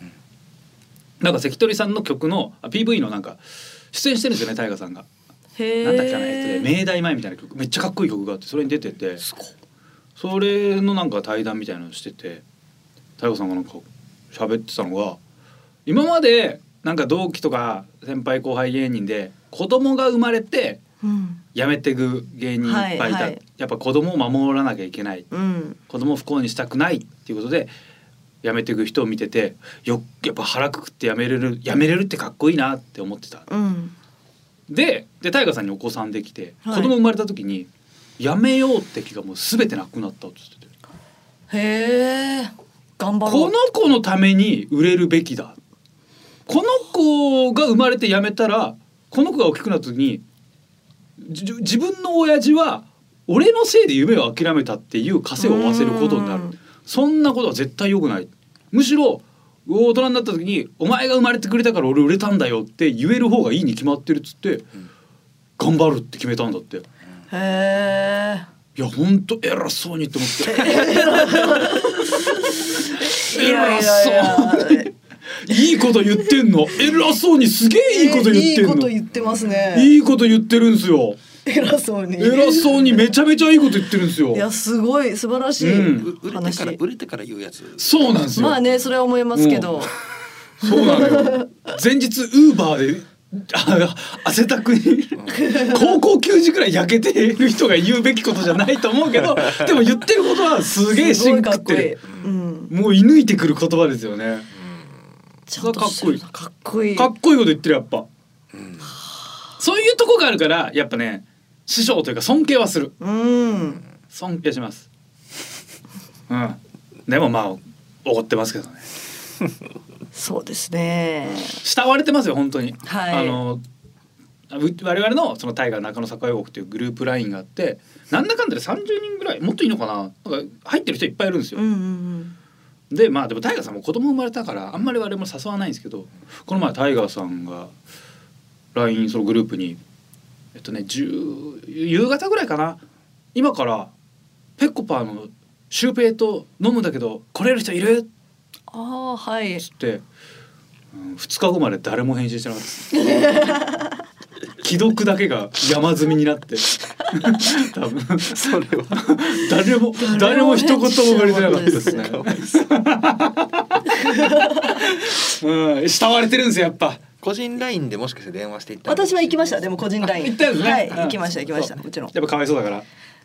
Speaker 2: なんか関取さんの曲のあ PV のなんか出演してるんですよね大河さんが。
Speaker 3: へえ
Speaker 2: なんだっけなえっとね明大前みたいな曲めっちゃかっこいい曲があってそれに出てて
Speaker 3: すごい
Speaker 2: それのなんか対談みたいなのしてて大河さんがなんか喋ってたのが今までなんか同期とか先輩後輩芸人で子供が生まれて
Speaker 3: うん
Speaker 2: 辞めてく芸人いっぱいいた、
Speaker 3: はいはい
Speaker 2: やっぱ子供を守らなきゃいけない
Speaker 3: うん
Speaker 2: 子供を不幸にしたくないっていうことで辞めていく人を見ててよやっぱ腹くくって辞めれる辞めれるってかっこいいなって思ってた。
Speaker 3: うん
Speaker 2: でで大河さんにお子さんできて、
Speaker 3: はい
Speaker 2: 子供生まれた時に辞めようって気がもう全てなくなったって言ってて
Speaker 3: へえ頑張ろ
Speaker 2: こ
Speaker 3: う
Speaker 2: の子のために売れるべきだこの子が生まれて辞めたらこの子が大きくなった時にじ自分の親父は俺のせいで夢を諦めたっていう枷を負わせることになる
Speaker 3: うん
Speaker 2: そんなことは絶対良くないむしろ大人になった時に「お前が生まれてくれたから俺売れたんだよ」って言える方がいいに決まってるっつって、頑張るって決めたんだって。
Speaker 3: へえ
Speaker 2: いや本当偉そうにと思って
Speaker 3: いや
Speaker 2: 偉
Speaker 3: いやい
Speaker 2: そう
Speaker 3: や
Speaker 2: いいこと言ってんの偉そうにすげえいいこと言ってん
Speaker 3: いいこと
Speaker 2: の
Speaker 3: 言ってますね
Speaker 2: いいこと言ってるんですよ
Speaker 3: 偉そうに
Speaker 2: 偉そうにめちゃめちゃいいこと言ってるんですよ
Speaker 3: いやすごい素晴らし
Speaker 2: うん
Speaker 3: い
Speaker 4: う売れて
Speaker 3: 話、
Speaker 4: から売れてから言うやつ
Speaker 2: そうなんですよ、
Speaker 3: まあねそれは思いますけど、
Speaker 2: そうなのよ前日ウーバーであ汗だくに高校球児くらい焼けてる人が言うべきことじゃないと思うけどでも言ってることはすげえ
Speaker 3: す
Speaker 2: シ
Speaker 3: ごい
Speaker 2: ン
Speaker 3: か
Speaker 2: クっ
Speaker 3: っこ
Speaker 2: て
Speaker 3: いい、
Speaker 2: る
Speaker 3: うん、
Speaker 2: もう射抜いてくる言葉ですよね
Speaker 3: ちゃんとしてるなかっこいい
Speaker 2: かっこいいこと言ってるやっぱ
Speaker 4: うん
Speaker 2: そういうとこがあるからやっぱね師匠というか尊敬はする
Speaker 3: うん
Speaker 2: 尊敬しますうんでもまあ怒ってますけどね
Speaker 3: そうですね
Speaker 2: 慕われてますよ本当に、
Speaker 3: はい
Speaker 2: あのう我々のその大河中野坂王国というグループラインがあってなんだかんだで30人ぐらいもっといいのかななんか入ってる人いっぱいいるんですよ、
Speaker 3: うんうん
Speaker 2: でまあでもタイガーさんも子供生まれたからあんまり我々も誘わないんですけどこの前タイガーさんが LINE そのグループにえっとね10夕方ぐらいかな今からペッコパーのシュウペイと飲むんだけど来れる人いる
Speaker 3: ああはい
Speaker 2: っつって、うん、2日後まで誰も返信してなかったです既読だけが山積みになって 多分
Speaker 4: それは
Speaker 2: 誰も誰も一言も言われてなかったですね
Speaker 3: か。
Speaker 2: うん、慕われてるんですよやっぱ。
Speaker 4: 個人ラインでもしかして電話していった
Speaker 3: 私は行きましたでも
Speaker 4: も
Speaker 3: 個人ライン
Speaker 2: あ行ったんですね
Speaker 3: はい
Speaker 2: うん
Speaker 3: 行きました行きました
Speaker 2: そう
Speaker 3: もちろん
Speaker 2: やっぱかわいそうだから。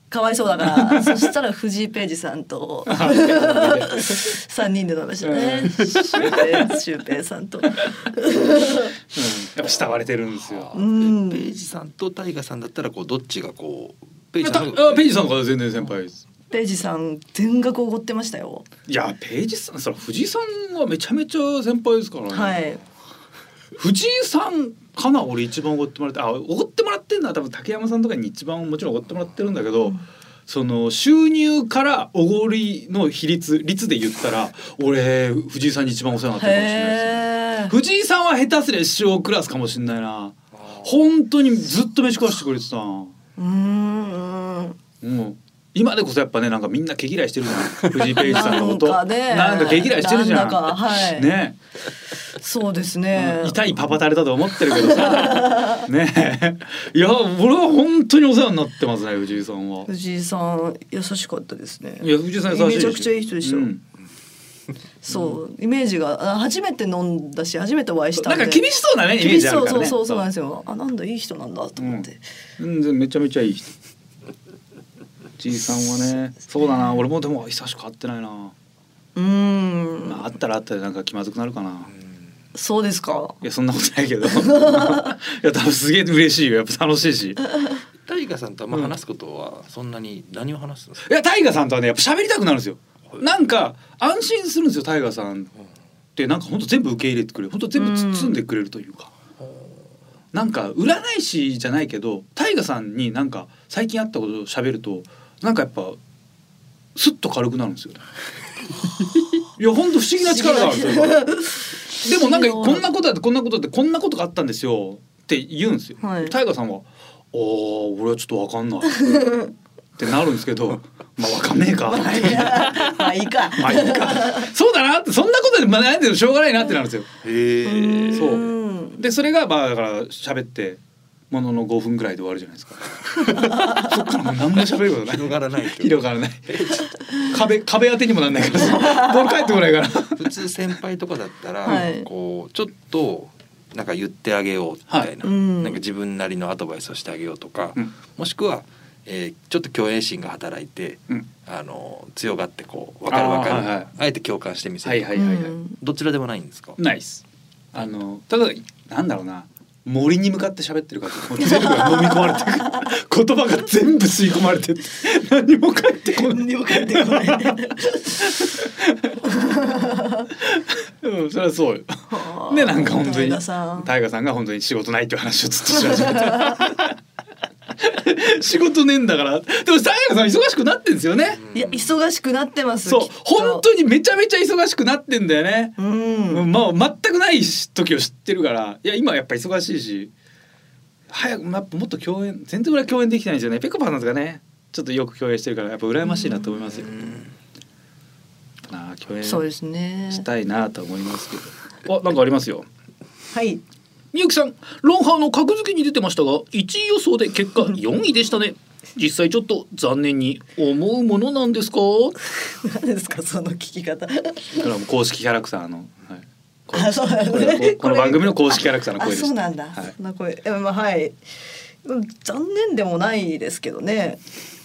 Speaker 3: かわいそうだからそしたら藤井ページさんと三人で飲みました
Speaker 2: う
Speaker 3: ね
Speaker 2: ん
Speaker 3: シュウペイシュウペイさんと
Speaker 2: うん、やっぱ慕われてるんですよ。
Speaker 4: ペ
Speaker 2: あ
Speaker 3: うん
Speaker 4: ージさんとタイガさんだったらこうどっちがこうページさんが
Speaker 2: ページさんの方は全然先輩です。
Speaker 3: ページさん全額おごってましたよ
Speaker 2: いやページさんそら藤井さんはめちゃめちゃ先輩ですからね。
Speaker 3: はい
Speaker 2: 藤井さんかな俺一番おごってもらってあおごってもらってんのは多分竹山さんとかに一番もちろんおごってもらってるんだけど、その収入からおごりの比率率で言ったら俺藤井さんに一番お世話になってるかもしれないですね
Speaker 3: へえ。
Speaker 2: 藤井さんは下手すりゃ師匠クラスかもしれないな本当にずっと飯食わしてくれてた
Speaker 3: うーん。
Speaker 2: うん今でこそやっぱねなんかみんな毛嫌いしてるじゃ ん藤井ペイジさんの音
Speaker 3: なんかね
Speaker 2: なんか毛嫌いしてるじゃん
Speaker 3: なんだかはい
Speaker 2: ね
Speaker 3: そうですね。
Speaker 2: 痛いパパタレだと思ってるけど さねえいや俺は本当にお世話になってますね藤井さんは
Speaker 3: 藤井さん優しかったですね。
Speaker 2: いや藤井さん優しいし
Speaker 3: めちゃくちゃいい人でしたよ
Speaker 2: うん
Speaker 3: そうイメージがあ初めて飲んだし初めてお会いした
Speaker 2: なんん
Speaker 3: で。
Speaker 2: か厳しそうなねイメー
Speaker 3: 厳し
Speaker 2: ジあ
Speaker 3: そ
Speaker 2: る
Speaker 3: う
Speaker 2: から
Speaker 3: そう
Speaker 2: ね
Speaker 3: そうそうなんですよ。あなんだいい人なんだと思って。
Speaker 2: 全然めちゃめちゃいい人藤井さんはねそうだな俺もでも久しく会ってないな、
Speaker 3: うーん。
Speaker 2: まあ、会ったら会ったでなんか気まずくなるかな、
Speaker 3: そうですか。
Speaker 2: いやそんなことないけどいや多分すげえ嬉しいよやっぱ楽しいし
Speaker 4: 大河さんとあんま話すことはそんなに何を話すんです
Speaker 2: い
Speaker 4: か、
Speaker 2: やタイガさんとはねやっぱ喋りたくなるんですよなんか安心するんですよタイガさんってなんか本当全部受け入れてくれる本当全部包んでくれるというか、なんか占い師じゃないけどタイガさんになんか最近あったことを喋るとなんかやっぱスッと軽くなるんですよねいや本当不思議な力があるんですよでもなんかこんなことだってこんなことだってこんなことがあったんですよって言うんですよ。
Speaker 3: はい
Speaker 2: タイガーさんは「あー俺はちょっとわかんない」ってなるんですけど「まあわかんねえか」
Speaker 3: まあいい か。
Speaker 2: まあいいか そうだなってそんなことでまあ悩んでるしょうがないなってなるんですよ。
Speaker 4: へえ
Speaker 2: そうんでそれがまあだから喋ってものの5分ぐらいで終わるじゃないですか。 そっからもう何も喋ることない。
Speaker 4: 広がらないという
Speaker 2: 広がらない。壁壁当てにもなんない から。ボール返ってこないから。
Speaker 4: 普通先輩とかだったら、
Speaker 3: はい
Speaker 4: こうちょっとなんか言ってあげようみたい
Speaker 3: はい
Speaker 4: な,、
Speaker 3: うん
Speaker 4: なんか自分なりのアドバイスをしてあげようとか、
Speaker 2: うん
Speaker 4: もしくは、えーちょっと共栄心が働いて
Speaker 2: うん
Speaker 4: あの強がってこう分かる分かるあ,、
Speaker 2: あーはいはい
Speaker 4: えて共感してみせる、
Speaker 2: はいはいはいはい。
Speaker 4: どちらでもないんですか、
Speaker 2: ないっすあのただなんだろうな森に向かって喋ってるからもう全部が飲み込まれて く言葉が全部吸い込まれてって何も返ってこない
Speaker 3: 何も返ってこ ない
Speaker 2: うんそれはそうよ
Speaker 3: はあ
Speaker 2: でなんか本当
Speaker 3: 前
Speaker 2: に
Speaker 3: 田さん
Speaker 2: タイガさんが本当に仕事ないっていう話をずっとし始めた仕事ねえんだからでもタイガさん忙しくなってんですよね、
Speaker 3: いや忙しくなってます。
Speaker 2: そう
Speaker 3: きっと
Speaker 2: 本当にめちゃめちゃ忙しくなってんだよね、
Speaker 3: うん。
Speaker 2: うん、まあ全くない時を知ってるからいや今やっぱ忙しいし早くやっぱもっと共演全然俺は共演できてないんですよねぺこぱさんとかねちょっとよく共演してるからやっぱ羨ましいなと思いますよ、なあ共演
Speaker 3: そう
Speaker 2: し
Speaker 3: ですね。
Speaker 2: たいなと思いますけどあなんかありますよ
Speaker 3: はい。
Speaker 2: みゆきさんロンハーの格付けに出てましたが1位予想で結果4位でしたね実際ちょっと残念に思うものなんですか
Speaker 3: 何ですかその聞き方。
Speaker 2: これはもう公式キャラクターの、はいこれ
Speaker 3: あそうなんだ
Speaker 2: これ ここの番組の公式キャラクターの声でした
Speaker 3: あそうなんだ。
Speaker 2: はい
Speaker 3: そんな声。えまあはい。うん残念でもないですけどね。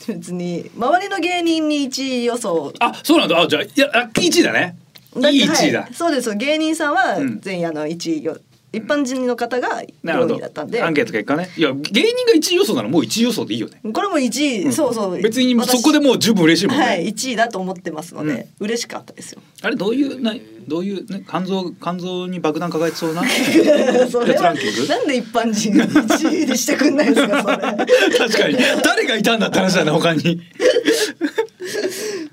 Speaker 3: 別に周りの芸人に1位予想。
Speaker 2: あ、そうなんだ。あ、じゃあ、いや、ラッキー一位だね。い
Speaker 3: だって
Speaker 2: い一位だ。
Speaker 3: はいそうです。芸人さんは
Speaker 2: うん
Speaker 3: 全員あの1位よ。一般人の方が
Speaker 2: なるほ
Speaker 3: 4
Speaker 2: ど。
Speaker 3: 位だったんで。
Speaker 2: アンケート結果ね。いや、芸人が一位予想ならもう一位予想でいいよね。
Speaker 3: これも1位、そうそう。
Speaker 2: 別に
Speaker 3: 私
Speaker 2: そこでもう十分嬉しいもんね。
Speaker 3: はい1位だと思ってますので、嬉しかったですよ。
Speaker 2: あれどういうなどういうね肝臓肝臓に爆弾抱えて そうな
Speaker 3: そ
Speaker 2: や
Speaker 3: れ
Speaker 2: つラ
Speaker 3: は
Speaker 2: ンキング
Speaker 3: なんで一般人1位にしてくんないんですかそ れ。
Speaker 2: 確かに誰がいたんだって話だね他に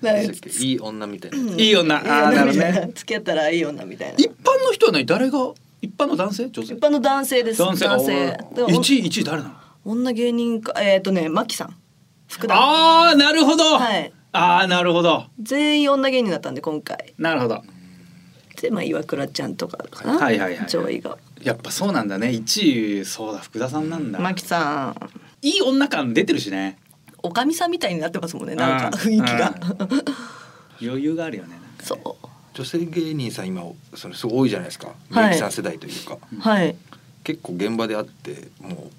Speaker 3: な
Speaker 4: 何
Speaker 3: んか
Speaker 4: でしたっけいい女みたいな、
Speaker 2: いい女ああーなるほどね
Speaker 3: 付き合ったらいい女みたいな。
Speaker 2: 一般の人は何誰が一般の男性女性
Speaker 3: 一般の男性です。
Speaker 2: 男性
Speaker 3: 男性。で
Speaker 2: あ
Speaker 3: も
Speaker 2: ー一位一位誰なの
Speaker 3: 女芸人か、えっ、とね、マキさん。福田。
Speaker 2: ああなるほど、
Speaker 3: はい
Speaker 2: ああなるほど
Speaker 3: 全員女芸人だったんで、今回。
Speaker 2: なるほど
Speaker 3: で、まあ、岩倉ちゃんとかかな。
Speaker 2: はいはいはい
Speaker 3: 上位が。
Speaker 2: やっぱそうなんだね一位そうだ福田さんなんだ、
Speaker 3: マキさん。
Speaker 2: いい女感出てるしね
Speaker 3: おかみさんみたいになってますもんね。なんか
Speaker 2: う
Speaker 3: 雰
Speaker 2: ん
Speaker 3: 囲気が。
Speaker 2: 余裕があるよねなんかね
Speaker 3: そう。
Speaker 4: 女性芸人さん今そのすごい多いじゃないですか
Speaker 3: い
Speaker 4: みゆきさん世代というか、
Speaker 3: はい。
Speaker 4: 結構現場であってもう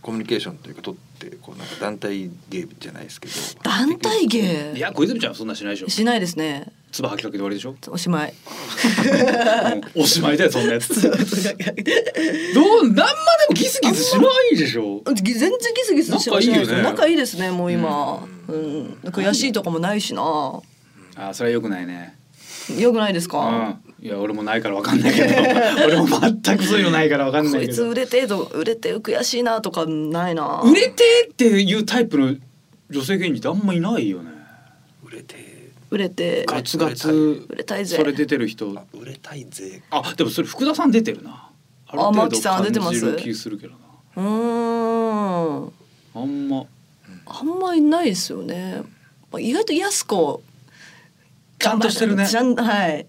Speaker 4: コミュニケーションというか取ってこうなんか団体芸じゃないですけど
Speaker 3: 団体
Speaker 2: い
Speaker 3: 芸。
Speaker 2: や小泉ちゃんはそんなしないでしょ
Speaker 3: しないですね。
Speaker 2: 唾吐きかけて終わりでしょ
Speaker 3: おし まい。
Speaker 2: もうおしまいだよそんなやつどうなんまでもギスギスしないでしょ
Speaker 3: ぎ全然ギスギスしてません
Speaker 2: 仲いいよね
Speaker 3: 仲いいですねもう今、うん悔しいとかもないしな
Speaker 2: あーそれは良くないね
Speaker 3: よくないです
Speaker 2: う
Speaker 3: か、
Speaker 2: んいや俺もないからわかんないけ ど俺も全くそういうのないからわかんな
Speaker 3: こ
Speaker 2: い
Speaker 3: い
Speaker 2: け
Speaker 3: つ
Speaker 2: ど
Speaker 3: 売れてえと売れてえ悔しいなとかないな
Speaker 2: 売れてっていうタイプの女性芸人ってあんまいないよね
Speaker 4: 売れて
Speaker 3: 売れて
Speaker 2: ガツガツ
Speaker 3: 売れたいぜ
Speaker 2: それ出てる人
Speaker 4: あ売れたいぜ
Speaker 2: あでもそれ福田さん出てるなある
Speaker 3: あ
Speaker 2: 程
Speaker 3: マキ
Speaker 2: 度
Speaker 3: さん出てま
Speaker 2: 感
Speaker 3: す
Speaker 2: じる気するけどな
Speaker 3: うーん
Speaker 2: あんま
Speaker 3: あんまりないですよねまあ意外と安子
Speaker 2: ちゃんとしてるね
Speaker 3: ちゃんはい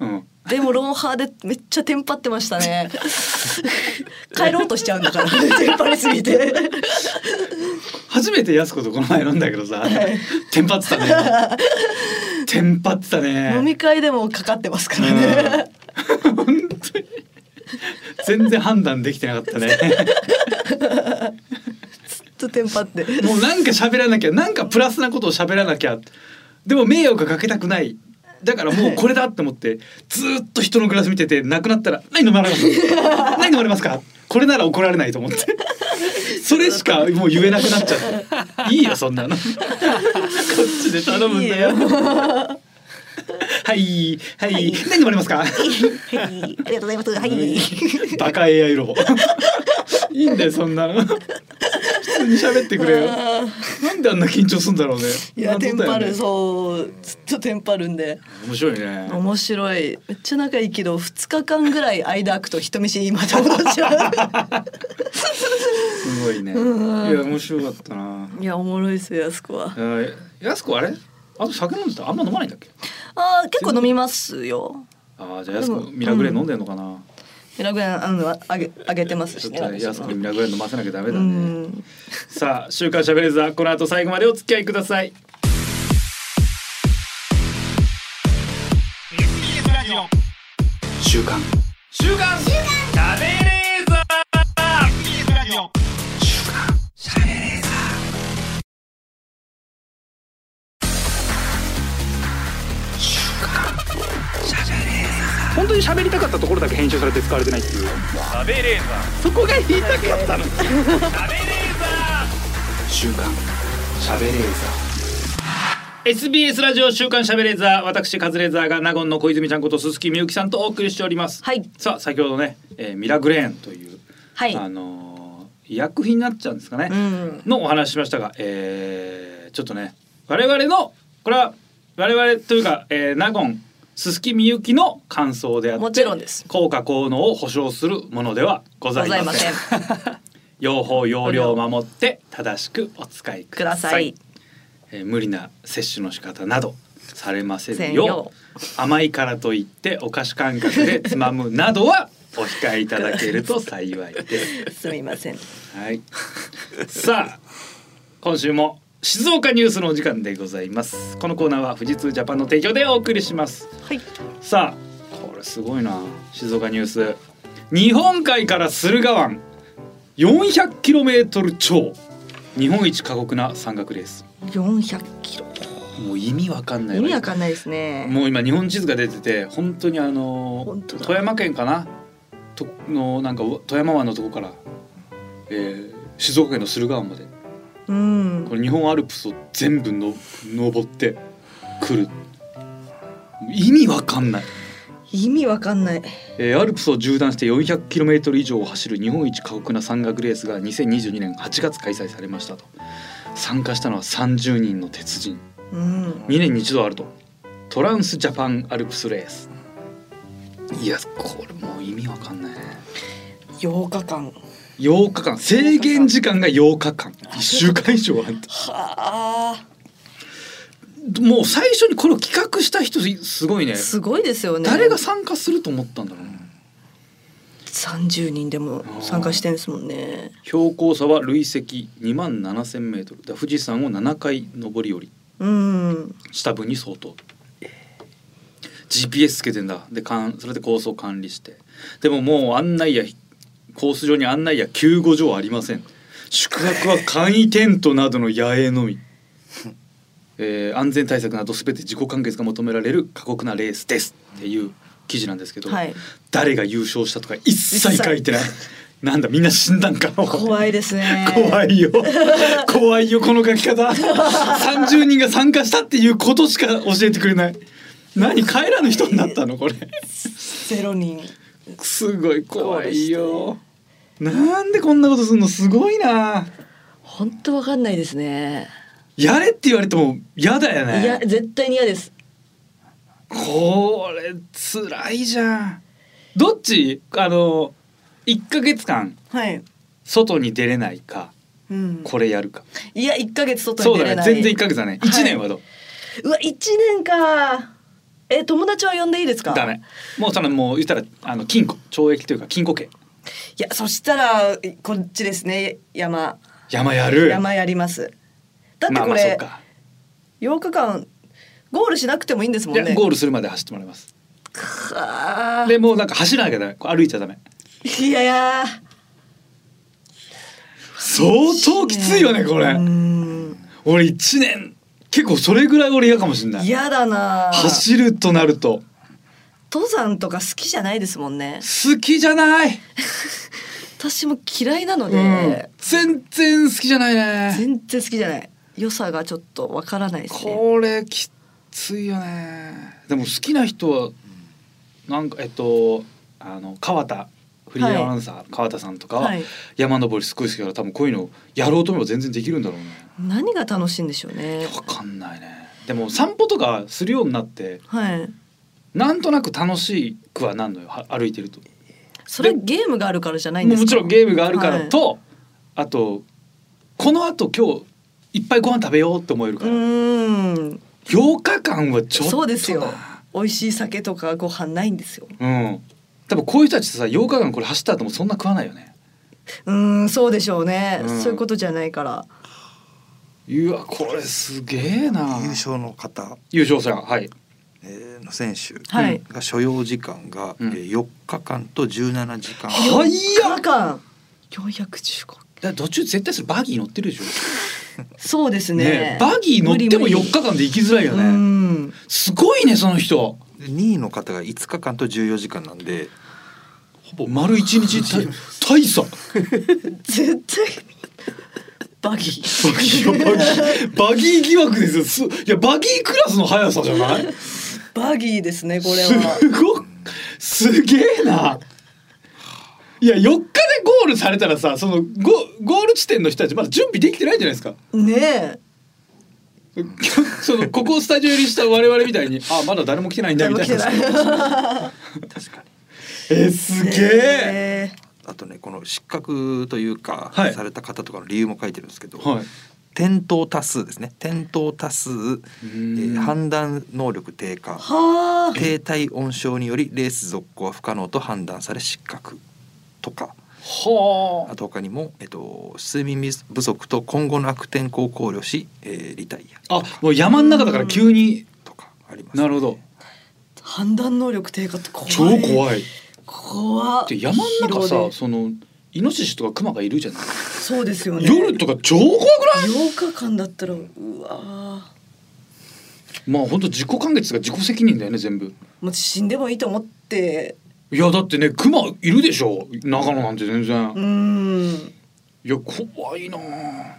Speaker 2: うん
Speaker 3: でもロンハーでめっちゃテンパってました ね帰ろうとしちゃうんだからテンパりすぎて
Speaker 2: 初めてやす子とこの前飲んだけど さテンパってたねテンパってたね
Speaker 3: 飲み会でもかかってますからね
Speaker 2: うん本当に全然判断できてなかったね
Speaker 3: ずっとテンパって
Speaker 2: もうなんか喋らなきゃなんかプラスなことを喋らなきゃでも迷惑がかけたくないだからもうこれだって思ってずーっと人のグラス見ててなくなったら「何飲まれます か何飲まれますか?」これなら怒られないと思ってそれしかもう言えなくなっちゃったいいよそん なのこっちで頼むんだよ
Speaker 3: いいよ
Speaker 2: はいはい、何飲まれますか
Speaker 3: はいありがとうございますはい
Speaker 2: バカ AI ロボいいんだよそんなの普通に喋ってくれよなんであんな緊張すんだろうね
Speaker 3: いや、テンパる、
Speaker 2: う
Speaker 3: そう、ずっとテンパるんで、
Speaker 2: 面白いね
Speaker 3: 面白い。めっちゃ仲いいけど、二日間ぐらい間空くと人見知りまた戻っちゃ
Speaker 2: すごいねいや面白かったな
Speaker 3: う。いや、おもろいっすよ、安子は。
Speaker 2: えーやすこあれあと酒飲んでたあんま飲まないんだっけ
Speaker 3: あー、結構飲みますよ。
Speaker 2: あーじゃあやす
Speaker 3: で
Speaker 2: こ
Speaker 3: も
Speaker 2: ミラグレー飲んでんのかな、
Speaker 3: ミラグラン、あの、あげ、あげてます
Speaker 2: ちょ
Speaker 3: し
Speaker 2: っ
Speaker 3: ね。
Speaker 2: とやすこに
Speaker 3: 私
Speaker 2: ミラ
Speaker 3: は
Speaker 2: グレー飲ませなきゃダメだ
Speaker 3: う
Speaker 2: ね
Speaker 3: ん。
Speaker 2: さあ「週刊しゃべれーザー」この後最後までお付き合いください
Speaker 5: TBS ラジオ
Speaker 1: 週刊
Speaker 2: 週刊しゃべれーザ
Speaker 5: TBS ラジオ
Speaker 1: 本当に喋りたかったところだけ編集されて使われてないっていう喋れーザそこが言いたかったの喋れーザ週刊喋れーザ
Speaker 2: SBS ラジオ週刊しゃべれーザー私カズレーザーが納言の小泉ちゃんこと鈴木みゆきさんとお送りしております、
Speaker 3: はい。
Speaker 2: さあ先ほどね、えーミラグレーンという、
Speaker 3: はい。
Speaker 2: あのー医薬品になっちゃうんですかね、
Speaker 3: うん。
Speaker 2: のお話ししましたが、えーちょっとね我々のこれは我々というか、えー、納言鈴木みゆきの感想であって
Speaker 3: もちろんです
Speaker 2: 効果効能を保証するものではござ
Speaker 3: ご
Speaker 2: い
Speaker 3: ざい
Speaker 2: ま
Speaker 3: ま
Speaker 2: せ
Speaker 3: せ
Speaker 2: ん
Speaker 3: ん。
Speaker 2: 用法用量を守って正しくお使いく
Speaker 3: く
Speaker 2: だ
Speaker 3: だ
Speaker 2: さい
Speaker 3: さい。
Speaker 2: えー無理な摂取の仕方などされませ
Speaker 3: せ
Speaker 2: ん
Speaker 3: ん
Speaker 2: よ
Speaker 3: よ
Speaker 2: 甘いからといってお菓子感覚でつまむなどはお控えいただけると幸いです。
Speaker 3: すみません。
Speaker 2: はい。さあ、今週も静岡ニュースのお時間でございます。このコーナーは富士通ジャパンの提供でお送りします。
Speaker 3: はい。
Speaker 2: さあ、これすごいな。静岡ニュース。日本海から駿河湾 400km 超日本一過酷な山岳レース。
Speaker 3: 四百キロ。
Speaker 2: もう意味わかんない
Speaker 3: 意
Speaker 2: よね
Speaker 3: 味わかんないですね。
Speaker 2: もう今日本地図が出てて本当にあの
Speaker 3: 本当だ
Speaker 2: 富山県かなとのなんか富山湾のとこから、えー静岡県の駿河湾まで
Speaker 3: うん。
Speaker 2: これ日本アルプスを全部の登ってくる意味わかんない、
Speaker 3: 意味わかんない。
Speaker 2: えーアルプスを縦断して 400km 以上を走る日本一過酷な山岳レースが2022年8月開催されましたと参加したのは30人の鉄人
Speaker 3: うん。
Speaker 2: 2年に一度あるとトランスジャパンアルプスレースいやこれもう意味わかんないね
Speaker 3: 八日間。
Speaker 2: 8日間制限時間が8日間1週間以上あった
Speaker 3: はあ。
Speaker 2: もう最初にこれを企画した人すごいね
Speaker 3: すごいですよね。
Speaker 2: 誰が参加すると思ったんだろうね
Speaker 3: 三十人でも参加してんですもんね。
Speaker 2: 標高差は累積2万7 0 0 0ルだ富士山を7回上り下り
Speaker 3: うん。
Speaker 2: 下部に相当 GPS つけてんだでかんそれでコースを管理してでももう案内やコース上に案内や救護所はありません宿泊は簡易テントなどの野営のみ、えー安全対策など全て自己完結が求められる過酷なレースですっていう記事なんですけど、
Speaker 3: はい。
Speaker 2: 誰が優勝したとか一切書いてないなんだみんな死んだんか
Speaker 3: 怖いですね。
Speaker 2: 怖
Speaker 3: い。
Speaker 2: い よ怖いよこの書き方30人が参加したっていうことしか教えてくれない何帰らぬ人になったのこれ
Speaker 3: ゼロ人。
Speaker 2: すごい怖いよなんでこんなことすんのすごいな
Speaker 3: 本当わかんないですね。
Speaker 2: やれって言われても嫌だよね
Speaker 6: いや絶対に嫌です
Speaker 2: これ辛いじゃんどっちあの1ヶ月間
Speaker 3: はい。
Speaker 2: 外に出れないか
Speaker 3: うん。
Speaker 2: これやるか、
Speaker 3: いや一ヶ月外
Speaker 2: そ
Speaker 3: に
Speaker 2: うだ
Speaker 3: 出
Speaker 2: ね
Speaker 3: れない。
Speaker 2: 全然1ヶ月だね1年はどう、
Speaker 6: うわ一年かえ友達は呼んでいいですか
Speaker 2: ダメもうそのもう言ったらあの禁錮懲役というか禁錮刑
Speaker 3: いやそしたらこっちですね山
Speaker 2: 山やる
Speaker 3: 山やります。だって
Speaker 2: まあ
Speaker 3: こ
Speaker 2: まあそう
Speaker 3: れ
Speaker 2: か
Speaker 3: 8日間ゴールしなくてもいいんですも
Speaker 2: い
Speaker 3: んね
Speaker 2: や。ゴールするまで走ってもらいます
Speaker 3: かー
Speaker 2: でもうなんか走らなきゃダメこう歩いちゃダメ
Speaker 3: いやいやー。
Speaker 2: 相当きついよねこれ、
Speaker 3: うん。
Speaker 2: 俺1年結構それぐらい俺嫌かもしんない
Speaker 3: 嫌だなー。
Speaker 2: 走るとなると
Speaker 3: 登山とか好きじゃないですもんね。
Speaker 2: 好きじゃない、
Speaker 3: 私も嫌いなので、
Speaker 2: うん全然好きじゃないね
Speaker 3: 全然好きじゃない。良さがちょっとわからないですね。
Speaker 2: これきついよねでも好きな人はなんかえっとあの川田フリーアナウンサー、川田さんとかは
Speaker 3: はい。
Speaker 2: 山登りすごい好きだから多分こういうのやろうと思えば全然できるんだろうね
Speaker 3: 何が楽しいんでしょうね。
Speaker 2: わかんないねでも散歩とかするようになって
Speaker 3: はい。
Speaker 2: なんとなく楽しくはなんのよは歩いてると
Speaker 3: それ
Speaker 2: で
Speaker 3: ゲームがあるからじゃないん
Speaker 2: も
Speaker 3: です
Speaker 2: うもち
Speaker 3: か。
Speaker 2: ろんゲームがあるからと、あとこのあと今日いっぱいご飯食べようって思えるか
Speaker 3: はい。
Speaker 2: ら、
Speaker 3: うーん。
Speaker 2: 8日間はちょっとな
Speaker 3: そうですよ美味しい酒とかご飯ないんですよ。
Speaker 2: うん多分こういう人たちってさ8日間これ走った後もそんな食わないよね
Speaker 3: うーん、そうでしょうね。
Speaker 2: うん
Speaker 3: そういうことじゃないから。
Speaker 2: うわこれすげえな
Speaker 4: 優勝の方、
Speaker 2: 優勝者はい
Speaker 4: えーの選手
Speaker 3: はい
Speaker 4: が所要時間が、
Speaker 2: うん
Speaker 4: えー4日間と17時間、
Speaker 2: は
Speaker 3: 4
Speaker 2: い
Speaker 3: 日
Speaker 2: や
Speaker 3: 間四百十五。
Speaker 2: だ途中絶対それバギー乗ってるでしょ
Speaker 3: そうですね。
Speaker 2: ねえバギー乗っても
Speaker 3: 無理
Speaker 2: 4
Speaker 3: 無理
Speaker 2: 日間で行きづらいよ
Speaker 3: う
Speaker 2: ね
Speaker 3: ん。
Speaker 2: すごいねその人
Speaker 4: で2位の方が5日間と14時間なんで
Speaker 2: ほぼ丸1日た大差
Speaker 3: 絶対。バギ ー。
Speaker 2: バギーバギーバギー疑惑ですよすいやバギークラスの速さじゃない
Speaker 3: バギーですね、これは。
Speaker 2: すごっすげえないや4日でゴールされたらさそのゴゴール地点の人たちまだ準備できてないじゃないですか
Speaker 3: ね
Speaker 2: そのここスタジオ入りした我々みたいにあまだ誰も来てないんだみたいな
Speaker 3: 誰も
Speaker 4: 確かに
Speaker 2: えす
Speaker 3: え。
Speaker 2: げえ
Speaker 3: え
Speaker 4: あとねこの失格というか、
Speaker 2: はい
Speaker 4: された方とかの理由も書いてるんですけど、
Speaker 2: はい
Speaker 4: 転倒多数ですね転倒多数、えー判断能力低 下
Speaker 3: はあ。
Speaker 4: 低体温症によりレース続行は不可能と判断され失格とか
Speaker 2: は
Speaker 4: あと他にも、えっと、睡眠不足と今後の悪天候を考慮し、えーリタイア
Speaker 2: ああもう山の中だから急に
Speaker 4: とかあります、
Speaker 2: なるほど
Speaker 3: 判断能力低下って怖い。
Speaker 2: 超怖い
Speaker 3: 怖っ。
Speaker 2: で山の中
Speaker 3: 疲労
Speaker 2: さ
Speaker 3: で
Speaker 2: そのイノシシとかクマがいるじゃない
Speaker 3: そうですよね。
Speaker 2: 夜とか超怖くない
Speaker 3: 8日間だったらうわ
Speaker 2: まあ本当自己完結が自己責任だよね全部
Speaker 3: ーもう死んでもいいと思って
Speaker 2: いやだってねクマいるでしょ長野なんて全然、
Speaker 3: う
Speaker 2: い
Speaker 3: ーん
Speaker 2: や怖いなあ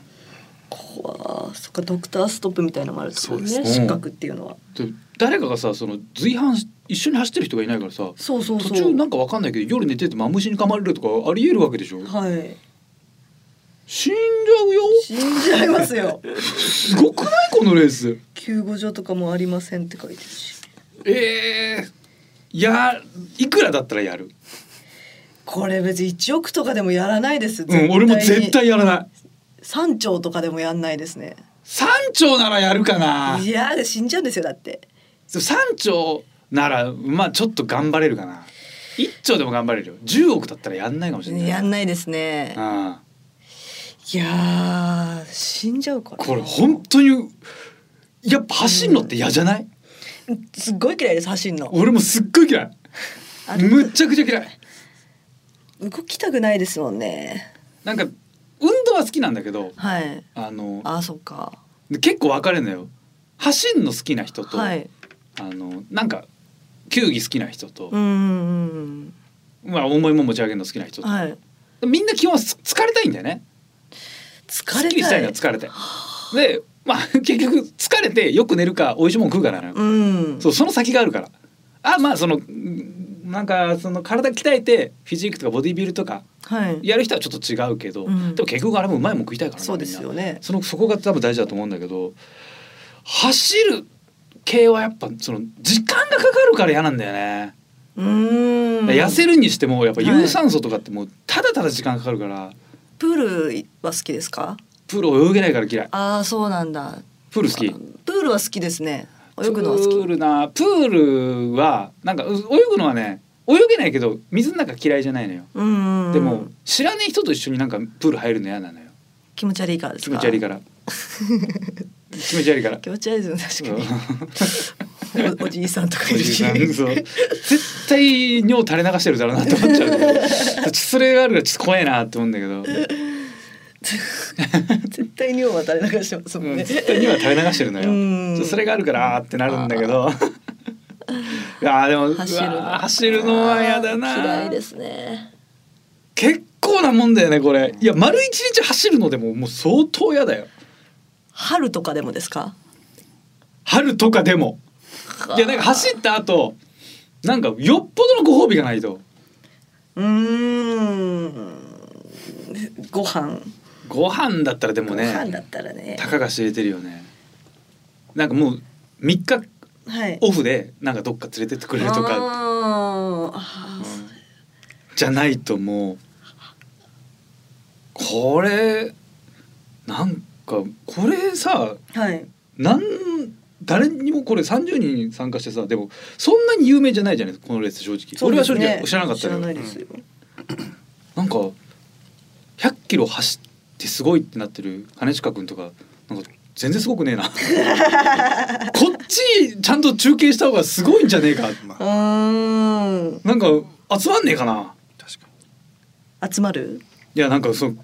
Speaker 3: 怖ーそっかドクターストップみたいなのもあるってことね
Speaker 2: そうです
Speaker 3: 失格っていうのは、
Speaker 2: で誰かがさその随伴し一緒に走ってる人がいないからさ
Speaker 3: そうそうそう
Speaker 2: 途中なんかわかんないけど夜寝ててマムシに噛まれるとかありえるわけでしょ
Speaker 3: はい
Speaker 2: 死んじゃうよ
Speaker 3: 死んじゃいますよ
Speaker 2: すごくないこのレース
Speaker 3: 救護所とかもありませんって書いてるし
Speaker 2: ええいやいくらだったらやる
Speaker 3: これ別に1億とかでもやらないです
Speaker 2: うん俺も絶対やらない
Speaker 3: 3兆とかでもやんないですね
Speaker 2: 山頂ならやるかない
Speaker 3: やー死んじゃうんですよだって
Speaker 2: 山頂ならまあちょっと頑張れるかな一丁でも頑張れるよ10億だったらやんないかもしれない
Speaker 3: やんないですね
Speaker 2: うん
Speaker 3: いやー死んじゃうからな
Speaker 2: これ本当にやっぱ走んのって嫌じゃない、
Speaker 3: すっごい嫌いです走んの
Speaker 2: 俺もすっごい嫌い
Speaker 3: あ
Speaker 2: むっちゃくちゃ嫌い
Speaker 3: 動きたくないですもんね
Speaker 2: なんか運動は好きなんだけど
Speaker 3: はい
Speaker 2: あの
Speaker 3: あそっか
Speaker 2: 結構分かれるのよ走んの好きな人と、
Speaker 3: はい
Speaker 2: あのなんか球技好きな人と
Speaker 3: う、んうんうん
Speaker 2: まあ重いもん持ち上げるの好きな人
Speaker 3: うん
Speaker 2: と、
Speaker 3: はい
Speaker 2: みんな基本はす疲れたいんだよね
Speaker 3: 疲
Speaker 2: すっ
Speaker 3: れ
Speaker 2: きりしたいのは疲れたいでまあ 結局疲れてよく寝るかおいしいもん食うかなのよ、
Speaker 3: うん
Speaker 2: そうその先があるからあまあそのうんなんかその体鍛えてフィジークとかボディビルとか
Speaker 3: はい。
Speaker 2: やる人はちょっと違うけど、
Speaker 3: うん
Speaker 2: でも結局あれもうまいもん食いたいからな
Speaker 3: そうです
Speaker 2: みんな
Speaker 3: よね。
Speaker 2: そのそこが多分大事だと思うんだけど走る系はやっぱその時間がかかるから嫌なんだよね、
Speaker 3: うーん。
Speaker 2: 痩せるにしてもやっぱ
Speaker 3: はい
Speaker 2: 有酸素とかってもうただただ時間かかるから、
Speaker 3: プールは好きですか？
Speaker 2: プール泳げないから嫌い
Speaker 3: ああそうなんだ。
Speaker 2: プール好き
Speaker 3: プールは好きですね。泳ぐのは好
Speaker 2: プ
Speaker 3: き
Speaker 2: ー。ルなプールはなんかう泳ぐのはね泳げないけど水の中嫌いじゃないのよ、
Speaker 3: うんうんうん。
Speaker 2: でも知らない人と一緒になんかプール入るの嫌なのよ
Speaker 3: 気持ち悪いからです
Speaker 2: 気
Speaker 3: か？
Speaker 2: 持ち悪いから気持ち悪いから
Speaker 3: 気持ち悪いですよね確かに。おおじいさんとかい
Speaker 2: お
Speaker 3: る
Speaker 2: じ
Speaker 3: し。
Speaker 2: さんそう絶対尿垂れ流してるだろうなって思っちゃうちょっとそれがあるからちょっと怖いなって思うんだけど、
Speaker 3: 絶対尿は垂れ流してますも
Speaker 2: うんん
Speaker 3: ね。
Speaker 2: 絶対には垂れ流してるのよ
Speaker 3: うん
Speaker 2: ちょっとそれがあるからあーってなるんだけど いやーでもうわー
Speaker 3: 走るの
Speaker 2: 走るのは嫌だな
Speaker 7: 嫌いですね
Speaker 2: 結構なもんだよねこれいや丸一日走るのでももう相当嫌だよ
Speaker 3: 春とかでもですか？
Speaker 2: 春とかでもいやなんか走った後なんかよっぽどのご褒美がないと
Speaker 3: うーん。ご飯。
Speaker 2: ご飯だったらでも
Speaker 3: ご
Speaker 2: ね
Speaker 3: 飯だったらね。
Speaker 2: たかが知れてるよねなんかもう3日
Speaker 3: はい。
Speaker 2: オフでなんかどっか連れてってくれるとか
Speaker 3: あーあー
Speaker 2: じゃないともうこれなんかこれさ
Speaker 3: はい。
Speaker 2: なん誰にもこれ30人参加してさでもそんなに有名じゃないじゃないこのレース正直、
Speaker 3: そう
Speaker 2: 俺
Speaker 3: で
Speaker 2: は
Speaker 3: す
Speaker 2: 正
Speaker 3: ね
Speaker 2: 直知らなかった
Speaker 3: 知ら
Speaker 2: よ
Speaker 3: な
Speaker 2: ない
Speaker 3: ですよ。
Speaker 2: んか100キロ走ってすごいってなってる金近君とかなんか全然すごくねえ なこっちちゃんと中継した方がすごいんじゃねえか
Speaker 3: うーん。
Speaker 2: なんか集まんねえかな
Speaker 4: 確かに
Speaker 3: 集まる？
Speaker 2: いやなんかそう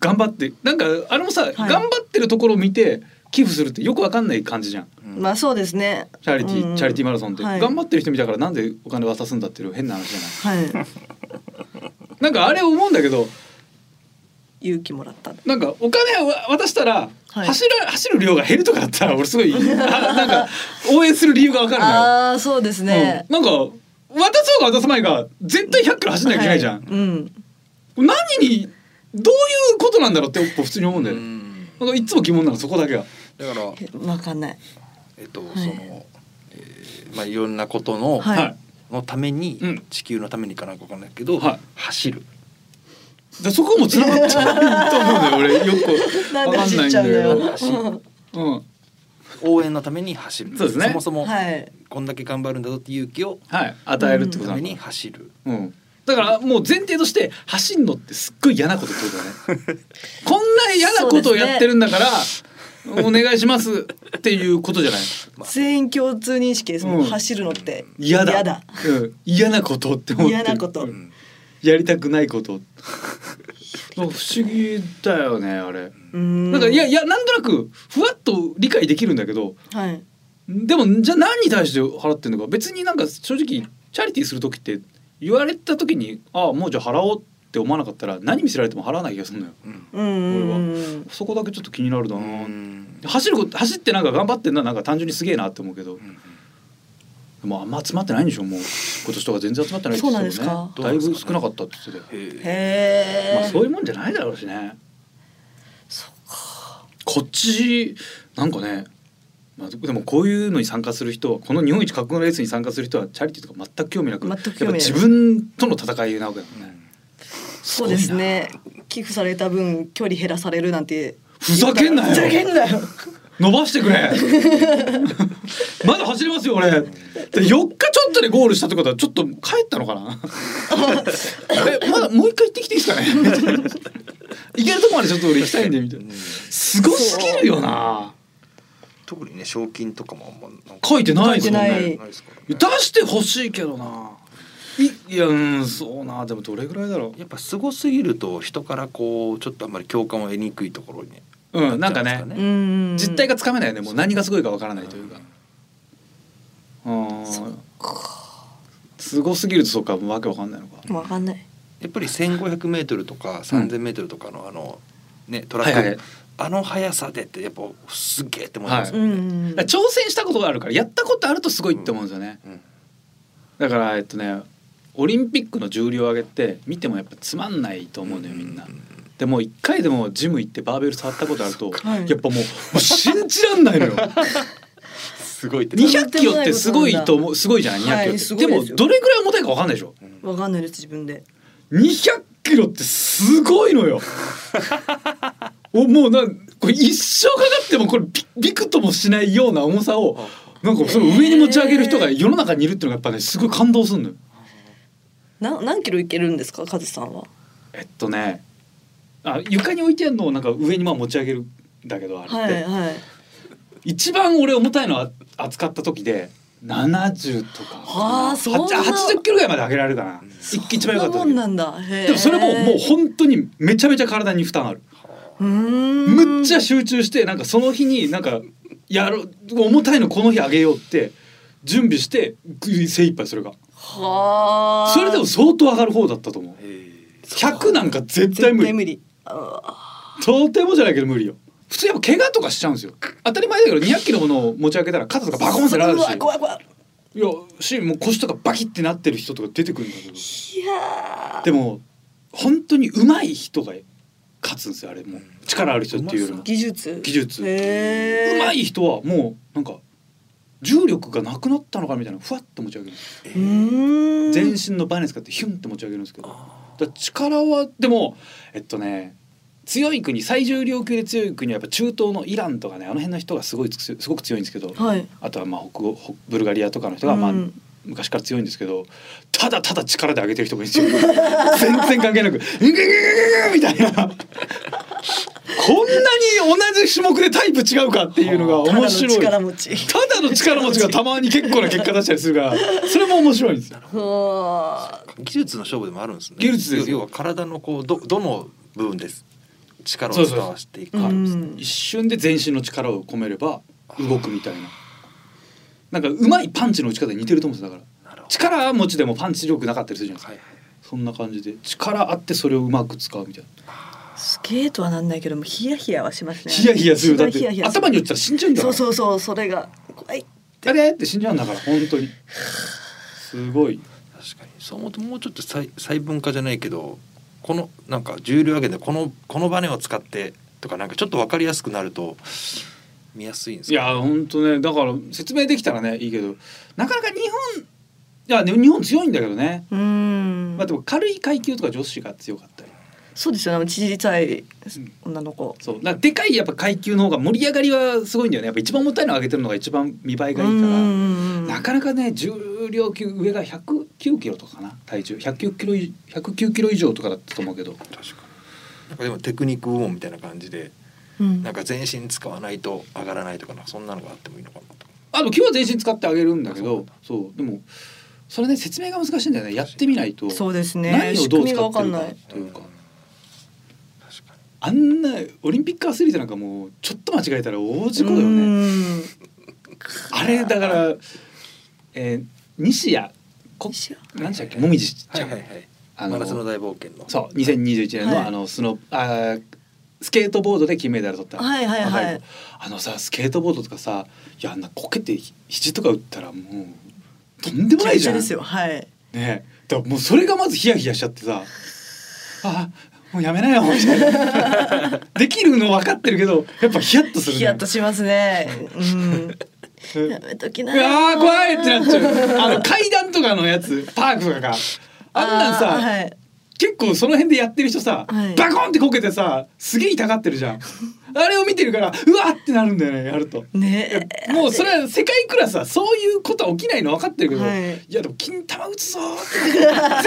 Speaker 2: 頑張ってなんかあれもさ、
Speaker 3: い
Speaker 2: 頑張ってるところを見て寄付するってよくわかんない感じじゃん
Speaker 3: まあそうですね。
Speaker 2: チャリティー、
Speaker 3: うん
Speaker 2: チャリティーマラソンって、
Speaker 3: はい
Speaker 2: 頑張ってる人見たからなんでお金渡すんだっていう変な話じゃない
Speaker 3: はい。
Speaker 2: なんかあれ思うんだけど
Speaker 3: 勇気もらった。
Speaker 2: なんかお金をわ渡したら、
Speaker 3: はい
Speaker 2: 走ら走る量が減るとかだったら俺すごい あなんか応援する理由がわかるのよ、
Speaker 3: ああそうですね
Speaker 2: う。んなんか渡そうが渡す前が絶対100キロ走んなきゃいけないじゃん、
Speaker 3: はいうん。
Speaker 2: 何にどういうことなんだろうって僕普通に思うんだよ
Speaker 4: う
Speaker 2: ね、
Speaker 4: ん
Speaker 2: なんかいつも疑問なのそこだけが
Speaker 4: だから
Speaker 3: わかんない。
Speaker 4: えっと、
Speaker 3: い
Speaker 4: その、えーまあいろんなことの、
Speaker 3: はい
Speaker 2: はい
Speaker 4: のために、
Speaker 2: うん
Speaker 4: 地球のためにかなんかわかんないけど、
Speaker 2: はい
Speaker 4: 走る。
Speaker 2: でそこも繋がっちゃうと思うんだよ俺よく
Speaker 3: なん
Speaker 2: わ
Speaker 3: で
Speaker 2: かん
Speaker 3: 走
Speaker 2: ない
Speaker 3: っ
Speaker 2: ん
Speaker 3: ちゃ
Speaker 2: だ
Speaker 3: うん
Speaker 2: け
Speaker 3: だよ
Speaker 2: ど。
Speaker 4: 走る
Speaker 2: うん
Speaker 4: 応援のために走る。
Speaker 2: そうですね
Speaker 4: もそも、
Speaker 3: はい。
Speaker 4: こんだけ頑張るんだぞっていう勇気を
Speaker 2: はい与えるってこ
Speaker 4: た
Speaker 2: とな
Speaker 4: め
Speaker 2: の
Speaker 4: に走る。
Speaker 2: うんだからもう前提として走んのってすっごい嫌なことってことだ ねこんな嫌なことをやってるんだから、お願いしますっていうことじゃない
Speaker 3: 全員共通認識ですもん。
Speaker 2: うん
Speaker 3: 走るのって
Speaker 2: 嫌だ
Speaker 3: 嫌だ。
Speaker 2: うん、嫌なことって思ってる
Speaker 3: 嫌なこと
Speaker 2: うんやりたく ないこと不思議だよねあれ
Speaker 3: うん。
Speaker 2: なんかいやいやなんとなくふわっと理解できるんだけど
Speaker 3: はい。
Speaker 2: でもじゃあ何に対して払ってるのか別になんか正直チャリティーする時って言われた時にああもうじゃあ払おうって思わなかったら何見せられても払わない気がするのよ
Speaker 4: うん
Speaker 3: うんうんうん。
Speaker 2: そこだけちょっと気になるな
Speaker 4: う
Speaker 2: ーって
Speaker 4: ん
Speaker 2: 走ること走ってなんか頑張ってんななんか単純にすげえなって思うけど
Speaker 4: うん
Speaker 2: もうあんま集まってないんでしょもう今年とか全然集まってないって言ってたもんね
Speaker 4: そう
Speaker 2: だ
Speaker 4: ないんですか
Speaker 2: ぶ少なかったって言ってたよ、
Speaker 4: へえ
Speaker 3: へ
Speaker 2: まあ、
Speaker 3: え。
Speaker 2: そういうもんじゃないだろうしね
Speaker 3: そ
Speaker 2: こっちなんかね、まあ、でもこういうのに参加する人この日本一格好のレースに参加する人はチャリティーとか全く興味なく
Speaker 3: 全く興味ない
Speaker 2: やっぱ自分との戦いなわけだもんね、
Speaker 3: そうですね。寄付された分距離減らされるなんて。
Speaker 2: ふざけんなよ
Speaker 3: ふざけんなよ。
Speaker 2: 伸ばしてくれ まだ走れますよ俺で4日ちょっとでゴールしたってことはちょっと帰ったのか なえまだもう一回行ってきていいですかね行けるとこまでちょっと俺行きたいんでみたいなすごすぎるよな
Speaker 4: 特にね賞金とかもあんまなんか
Speaker 2: 書いてないですもん
Speaker 3: 書いてな
Speaker 2: ね
Speaker 3: い
Speaker 4: ないですからね
Speaker 2: 出してほしいけどないいやうんそうなでもどれぐらいだろ
Speaker 4: やっぱすごすぎると人からこうちょっとあんまり共感を得にくいところに
Speaker 2: ううんなんか
Speaker 4: っち
Speaker 2: ね
Speaker 4: ゃうんです
Speaker 3: うんうんうん。
Speaker 2: 実態がつかめないよねもう何がすごいかわからないというかうんすごすぎるとそうかわけわかんないのか
Speaker 3: わかんない。
Speaker 4: やっぱり 1500m とか 3000m とかのあのねトラック、
Speaker 2: はいはい
Speaker 4: あの速さでってやっぱすげえって思います
Speaker 2: は
Speaker 4: よ
Speaker 2: い
Speaker 4: ね、
Speaker 3: ん
Speaker 2: だから挑戦したことがあるからやったことあるとすごいって思うんですよね
Speaker 4: うん
Speaker 2: だからえっとねオリンピックの重量上げって見てもやっぱつまんないと思うのよみんな。でもう一回でもジム行ってバーベル触ったことあると
Speaker 3: はい
Speaker 2: やっぱもうもう信じらんないのよ。
Speaker 4: すごいって
Speaker 2: 200キロってすごいと思うすごいじゃない200キロって、
Speaker 3: はいすご
Speaker 2: で
Speaker 3: いで
Speaker 2: も
Speaker 3: すよ
Speaker 2: どれぐらい重たいかわかんないでしょ
Speaker 3: わかんないです自分で。
Speaker 2: 200キロってすごいの よおもうなんこれ一生かかってもこれビビクともしないような重さをなんかその上に持ち上げる人が世の中にいるっていうのがやっぱねすごい感動するのよ
Speaker 3: な何キロいけるんですかカズさんは。
Speaker 2: えっとねあ床に置いてあるのをなんか上にまあ持ち上げるんだけどあれって、
Speaker 3: はいはい。
Speaker 2: 一番俺重たいのは扱った時で70とか
Speaker 3: あーそんな
Speaker 2: 80キロぐらいまで上げられたな一一番良かった
Speaker 3: そ
Speaker 2: 時
Speaker 3: んなもんなんだ。へー
Speaker 2: でもそれももう本当にめちゃめちゃ体に負担ある。
Speaker 3: うーん。
Speaker 2: むっちゃ集中してなんかその日になんかやろう重たいのこの日あげようって準備してぐ精一杯それが。
Speaker 3: はあ。
Speaker 2: それでも相当上がる方だったと思う。100なんか絶対無理。
Speaker 3: 理。
Speaker 2: とてもじゃないけど無理よ。普通やっぱ怪我とかしちゃうんですよ。当たり前だけど200キロものを持ち上げたら肩とかバコンってなる
Speaker 3: う
Speaker 2: し、
Speaker 3: わ怖い怖い。
Speaker 2: いやしもう腰とかバキってなってる人とか出てくるんだけど。
Speaker 3: いや
Speaker 2: でも本当に上手い人が勝つんですよあれもう力ある人っていうよりも
Speaker 3: ー。技術。
Speaker 2: 技術
Speaker 3: へー
Speaker 2: 上手い人はもうなんか重力がなくなったのかみたいなふわっと持ち上げるんです
Speaker 3: うーん。
Speaker 2: 全身のバネ使ってヒュンって持ち上げるんですけどだから力はでもえっとね強い国最重量級で強い国はやっぱ中東のイランとかねあの辺の人がすごいつすごく強いんですけど、
Speaker 3: はい。
Speaker 2: あとはまあ北欧北ブルガリアとかの人がまあ
Speaker 3: うん
Speaker 2: 昔から強いんですけどただただ力で上げてる人がいるん ですよ全然関係なく「ぐぐぐぐぐみたいな こんなに同じ種目でタイプ違うかっていうのが
Speaker 3: ただの
Speaker 2: 面白いただ
Speaker 3: 力持ち。
Speaker 2: の力持ちがたまに結構な結果出したりするから それも面白いんですよ
Speaker 3: はあ。
Speaker 4: 技術の勝負でもあるんですね
Speaker 2: 技術ですよ
Speaker 4: 要は体のこうどどの部分です力を使わせていく
Speaker 3: う
Speaker 4: か
Speaker 3: ん。
Speaker 2: 一瞬で全身の力を込めれば動くみたいななんかうまいパンチの打ち方に似てると思うんですよだか
Speaker 4: なる
Speaker 2: ら
Speaker 4: ほ
Speaker 2: 力持ちでもパンチ力なかったりするじゃないです
Speaker 4: ど
Speaker 2: か、
Speaker 4: はいはい
Speaker 2: そんな感じで力あってそれをうまく使うみたいな
Speaker 3: スケートはなんないけどもヒヤヒヤはしますね。
Speaker 2: ヒヤヒヤするだっ
Speaker 3: ヒヤヒ
Speaker 2: て
Speaker 3: ヤする
Speaker 2: 頭に落ちたら死んじゃうんだか
Speaker 3: そ
Speaker 2: ら
Speaker 3: うそうそうそれが怖い。
Speaker 2: あれって死んじゃうんだから本当にすごい
Speaker 4: 確かにそう思うともうちょっと細細分化じゃないけどこのなんか重量上げでこのこのバネを使ってとかなんかちょっと分かりやすくなると見やすいんです
Speaker 2: い
Speaker 4: か
Speaker 2: や本当ねだから説明できたらねいいけどなかなか日本いやでも日本強いんだけどね、
Speaker 3: うーん
Speaker 2: まあ、でも軽い階級とか女子が強かったり
Speaker 3: そうですよね。小さい女の子。
Speaker 2: そうだからでかいやっぱ階級の方が盛り上がりはすごいんだよねやっぱ一番重たいのを上げてるのが一番見栄えがいいから、な
Speaker 3: な
Speaker 2: かなかね重量級上が109キロとかかな体重109キロ以109キロ以上とかだったと思うけど
Speaker 4: 確かになんかでもテクニック部門みたいな感じでなんか全身使わないと上がらないとかなんかそんなのがあってもいいのかなと
Speaker 2: あの今日は全身使ってあげるんだけどそうでもそれね説明が難しいんだよねやってみないと
Speaker 3: そうですね。
Speaker 2: 何を
Speaker 3: 仕
Speaker 2: ど
Speaker 3: 組
Speaker 2: う
Speaker 3: みが
Speaker 2: 使
Speaker 3: わ
Speaker 2: っ
Speaker 3: か
Speaker 2: てる
Speaker 3: んな
Speaker 2: か
Speaker 3: い。
Speaker 2: というか
Speaker 4: 確か
Speaker 2: あんなオリンピックアスリートなんかもうちょっと間違えたら大事故だよ
Speaker 3: う
Speaker 2: ね
Speaker 3: ーん
Speaker 2: あれだから、えー、西矢こ
Speaker 3: 西矢
Speaker 2: 何でしたっけもみじちゃん、
Speaker 4: はい
Speaker 2: あ
Speaker 4: マ
Speaker 2: の
Speaker 4: ラソンの大冒険の
Speaker 2: そう2021年の、
Speaker 3: はい
Speaker 2: あのスノあースケートボードで金メダル取った、
Speaker 3: はいはいはい
Speaker 2: 若子あのさスケートボードとかさいやあんなこけてひ肘とか打ったらもうとんでもないじゃん。
Speaker 3: ですよ。はい。
Speaker 2: ねえだからもうそれがまずヒヤヒヤしちゃってさあもうやめなよみたい なできるの分かってるけどやっぱヒヤッとする
Speaker 3: ヒヤッとしますね。うん。や
Speaker 2: う
Speaker 3: めとき
Speaker 2: わ
Speaker 3: なよ。
Speaker 2: ー怖いってなっちゃうあの階段とかのやつパークとかがあんなんさ、
Speaker 3: あーはい。
Speaker 2: 結構その辺でやってる人さ、
Speaker 3: はい
Speaker 2: バコンってこけてさすげえ痛がってるじゃんあれを見てるからうわーってなるんだよねやると。
Speaker 3: ね。
Speaker 2: もうそれは世界クラスはそういうことは起きないの分かってるけど、
Speaker 3: はい
Speaker 2: い、やでも金玉打つぞーって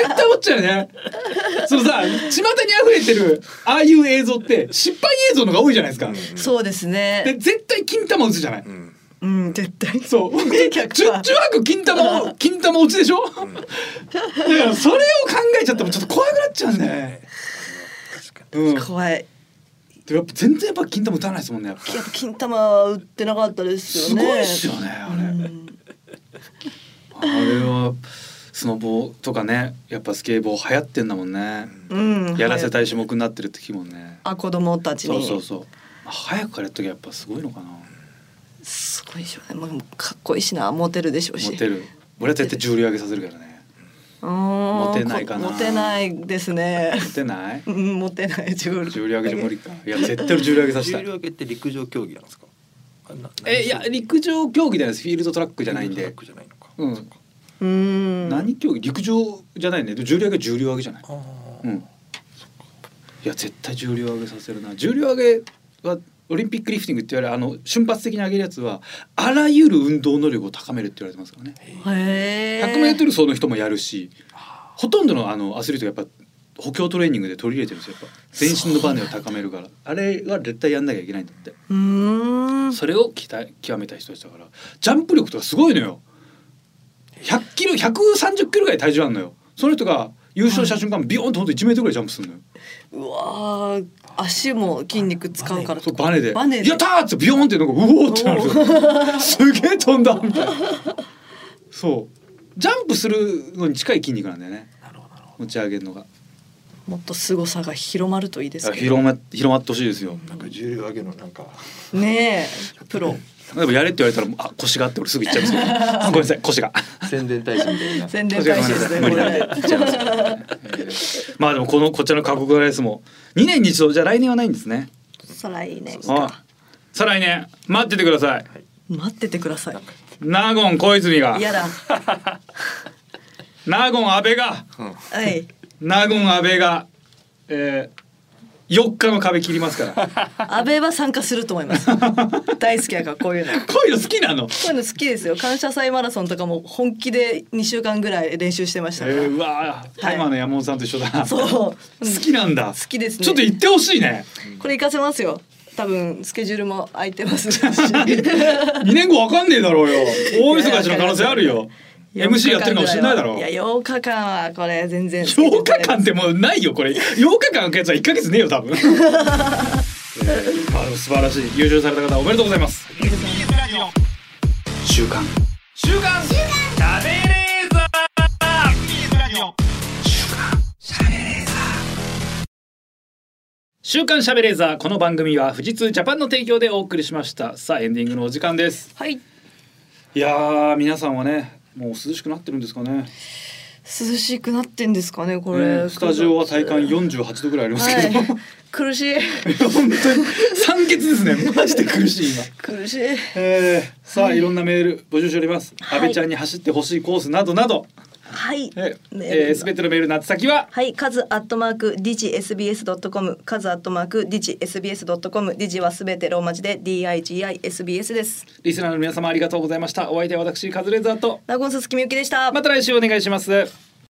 Speaker 2: 絶対思っちゃうよねそのさ巷に溢れてるああいう映像って失敗映像のが多いじゃないですか、
Speaker 3: そうです
Speaker 2: で
Speaker 3: ね。
Speaker 2: 絶対金玉打つじゃない、
Speaker 4: うん
Speaker 3: うん絶対。
Speaker 2: そう十
Speaker 3: 客は
Speaker 2: 中八九金玉を金玉落ちでしょ、だからそれを考えちゃってもちょっと怖くなっちゃうんだよね、
Speaker 4: 確か
Speaker 2: うん、でも
Speaker 3: 怖い。
Speaker 2: やっぱ全然やっぱ金玉打たないですもんねやっぱ
Speaker 3: やっぱ金玉は売ってなかったです
Speaker 2: す
Speaker 3: よね。
Speaker 2: ごいっすよねあれ。
Speaker 3: うん
Speaker 2: あれはスノボとかねやっぱスケボー流行ってんだもんね、
Speaker 3: うん。
Speaker 2: やらせたい種目になってるって聞きもんね、
Speaker 3: あ子供たち
Speaker 2: そう
Speaker 3: に
Speaker 2: そうそう早くからやっときゃやっぱすごいのかな
Speaker 3: すごいでしょうね、まあ、もうかっこいいしなモテるでしょうし
Speaker 2: モテる俺は絶対重量上げさせるからね
Speaker 3: モ
Speaker 2: テないかな
Speaker 3: モテないですね。
Speaker 2: 出ない
Speaker 3: うんモテない自分。
Speaker 2: 重量上げじゃ無理かいや絶対俺重量上げさせた
Speaker 4: 重
Speaker 2: い
Speaker 4: 量挙げって陸上競技なんですか。あな
Speaker 2: えいや陸上競技じゃないですフィールドトラックじゃないん
Speaker 4: トラッ
Speaker 2: で
Speaker 4: クじゃないのか。
Speaker 2: うん
Speaker 4: そっか
Speaker 3: うーん。
Speaker 2: 何競技陸上じゃないねで重量上げ重量上げじゃない
Speaker 4: あー
Speaker 2: うんいや絶対重量上げさせるな重量上げはオリンピックリフティングって言われるあの瞬発的に上げるやつはあらゆる運動能力を高めるって言われてますからね
Speaker 3: へえ。
Speaker 2: 100m 走の人もやるしほとんどのあのアスリートがやっぱ補強トレーニングで取り入れてるんですよやっぱ全身のバネを高めるからあれは絶対やんなきゃいけないんだって
Speaker 3: うーん。
Speaker 2: それをきた極めた人たちだからジャンプ力とかすごいのよ100キロ130キロぐらい体重あるのよその人が優勝した瞬間ビヨーンとほんと1メートルぐらいジャンプするのよ
Speaker 3: うわー足も筋肉使うから
Speaker 2: そうバネで
Speaker 3: バネで
Speaker 2: やったー!」ってビヨーンってなんかうおーってなるのよすげえ飛んだみたいなそうジャンプするのに近い筋肉なんだよね持ち上げるのが
Speaker 3: もっと凄さが広まるといいですけど。
Speaker 2: 広ま広まってほしいですよ
Speaker 4: なんか重量上げのなんか。
Speaker 3: ねえプロ
Speaker 2: でもやれって言われたらもうあ腰があって俺すぐ行っちゃいますけど あごめんなさい腰が
Speaker 4: 宣伝大使みたいな。
Speaker 3: 宣伝大使ですね
Speaker 2: 無
Speaker 3: こ
Speaker 2: 理なんで
Speaker 3: れ。
Speaker 2: 行っちゃいますけどねえーまあでもこのこちらの過酷なレースも2年に一度じゃあ来年はないんですね
Speaker 8: 再来年
Speaker 2: はい再来年待っててください
Speaker 3: 待っててください。
Speaker 2: ナーゴン小泉が
Speaker 3: 嫌だ。
Speaker 2: ナーゴン安倍が
Speaker 3: はい。
Speaker 2: ナーゴン安倍が、えー、4日の壁切りますから。
Speaker 3: 安倍は参加すると思い ます。大好きやからこういうの。こ
Speaker 2: こういうの好きなの。
Speaker 3: ういうの好きですよ。感謝祭マラソンとかも本気で2週間ぐらい練習してまし
Speaker 2: え
Speaker 3: たから。
Speaker 2: ー、うわー、タイマーの山本さんと一緒だな。
Speaker 3: そう。うん
Speaker 2: 好きなんだ。
Speaker 3: 好きですね
Speaker 2: ちょっと行ってほしい ね。
Speaker 3: これ行かせますよ。多分スケジュールも空いてま すし。
Speaker 2: 2年後わかんねえだろうよ。大晦日の可能性あるよ。MC やってるかもしれないだろう。
Speaker 3: いや8日間はこれ全然。
Speaker 2: 8日間ってもうないよこれ8日間のやつは1ヶ月ねえよ多分、えー、あの素晴らしい優勝された方おめでとうございます
Speaker 9: 週刊
Speaker 2: 週刊週刊食べレーザー
Speaker 10: TBS ラジオ
Speaker 2: 週刊しゃべレーザーこの番組は富士通ジャパンの提供でお送りしましたさあエンディングのお時間です
Speaker 3: はい。涼
Speaker 2: いやー皆さんはねもう涼しくなってるんですかね
Speaker 3: しくなってんですかねこれ。
Speaker 2: ねスタジオは体感48度ぐらいあります
Speaker 3: は
Speaker 2: け
Speaker 3: い
Speaker 2: ど、。
Speaker 3: 苦しい。
Speaker 2: 本当に酸欠ですねマジで苦しい今
Speaker 3: 苦しい。
Speaker 2: えー、さあいろんなメール募集しております、安倍ちゃんに走ってほしいコースなどなど
Speaker 8: はい
Speaker 2: え
Speaker 8: メール
Speaker 2: えー、全てのメールの宛先は
Speaker 8: はい、カズアットマークディジ SBS ドットコム、カズアットマークディジ SBS ドットコム、ディジはすべてローマ字で D I G I S B S です。
Speaker 2: リスナーの皆様ありがとうございましたお相手は私カズレーザーと
Speaker 8: ナゴンススキミユキでした。
Speaker 2: また来週お願いします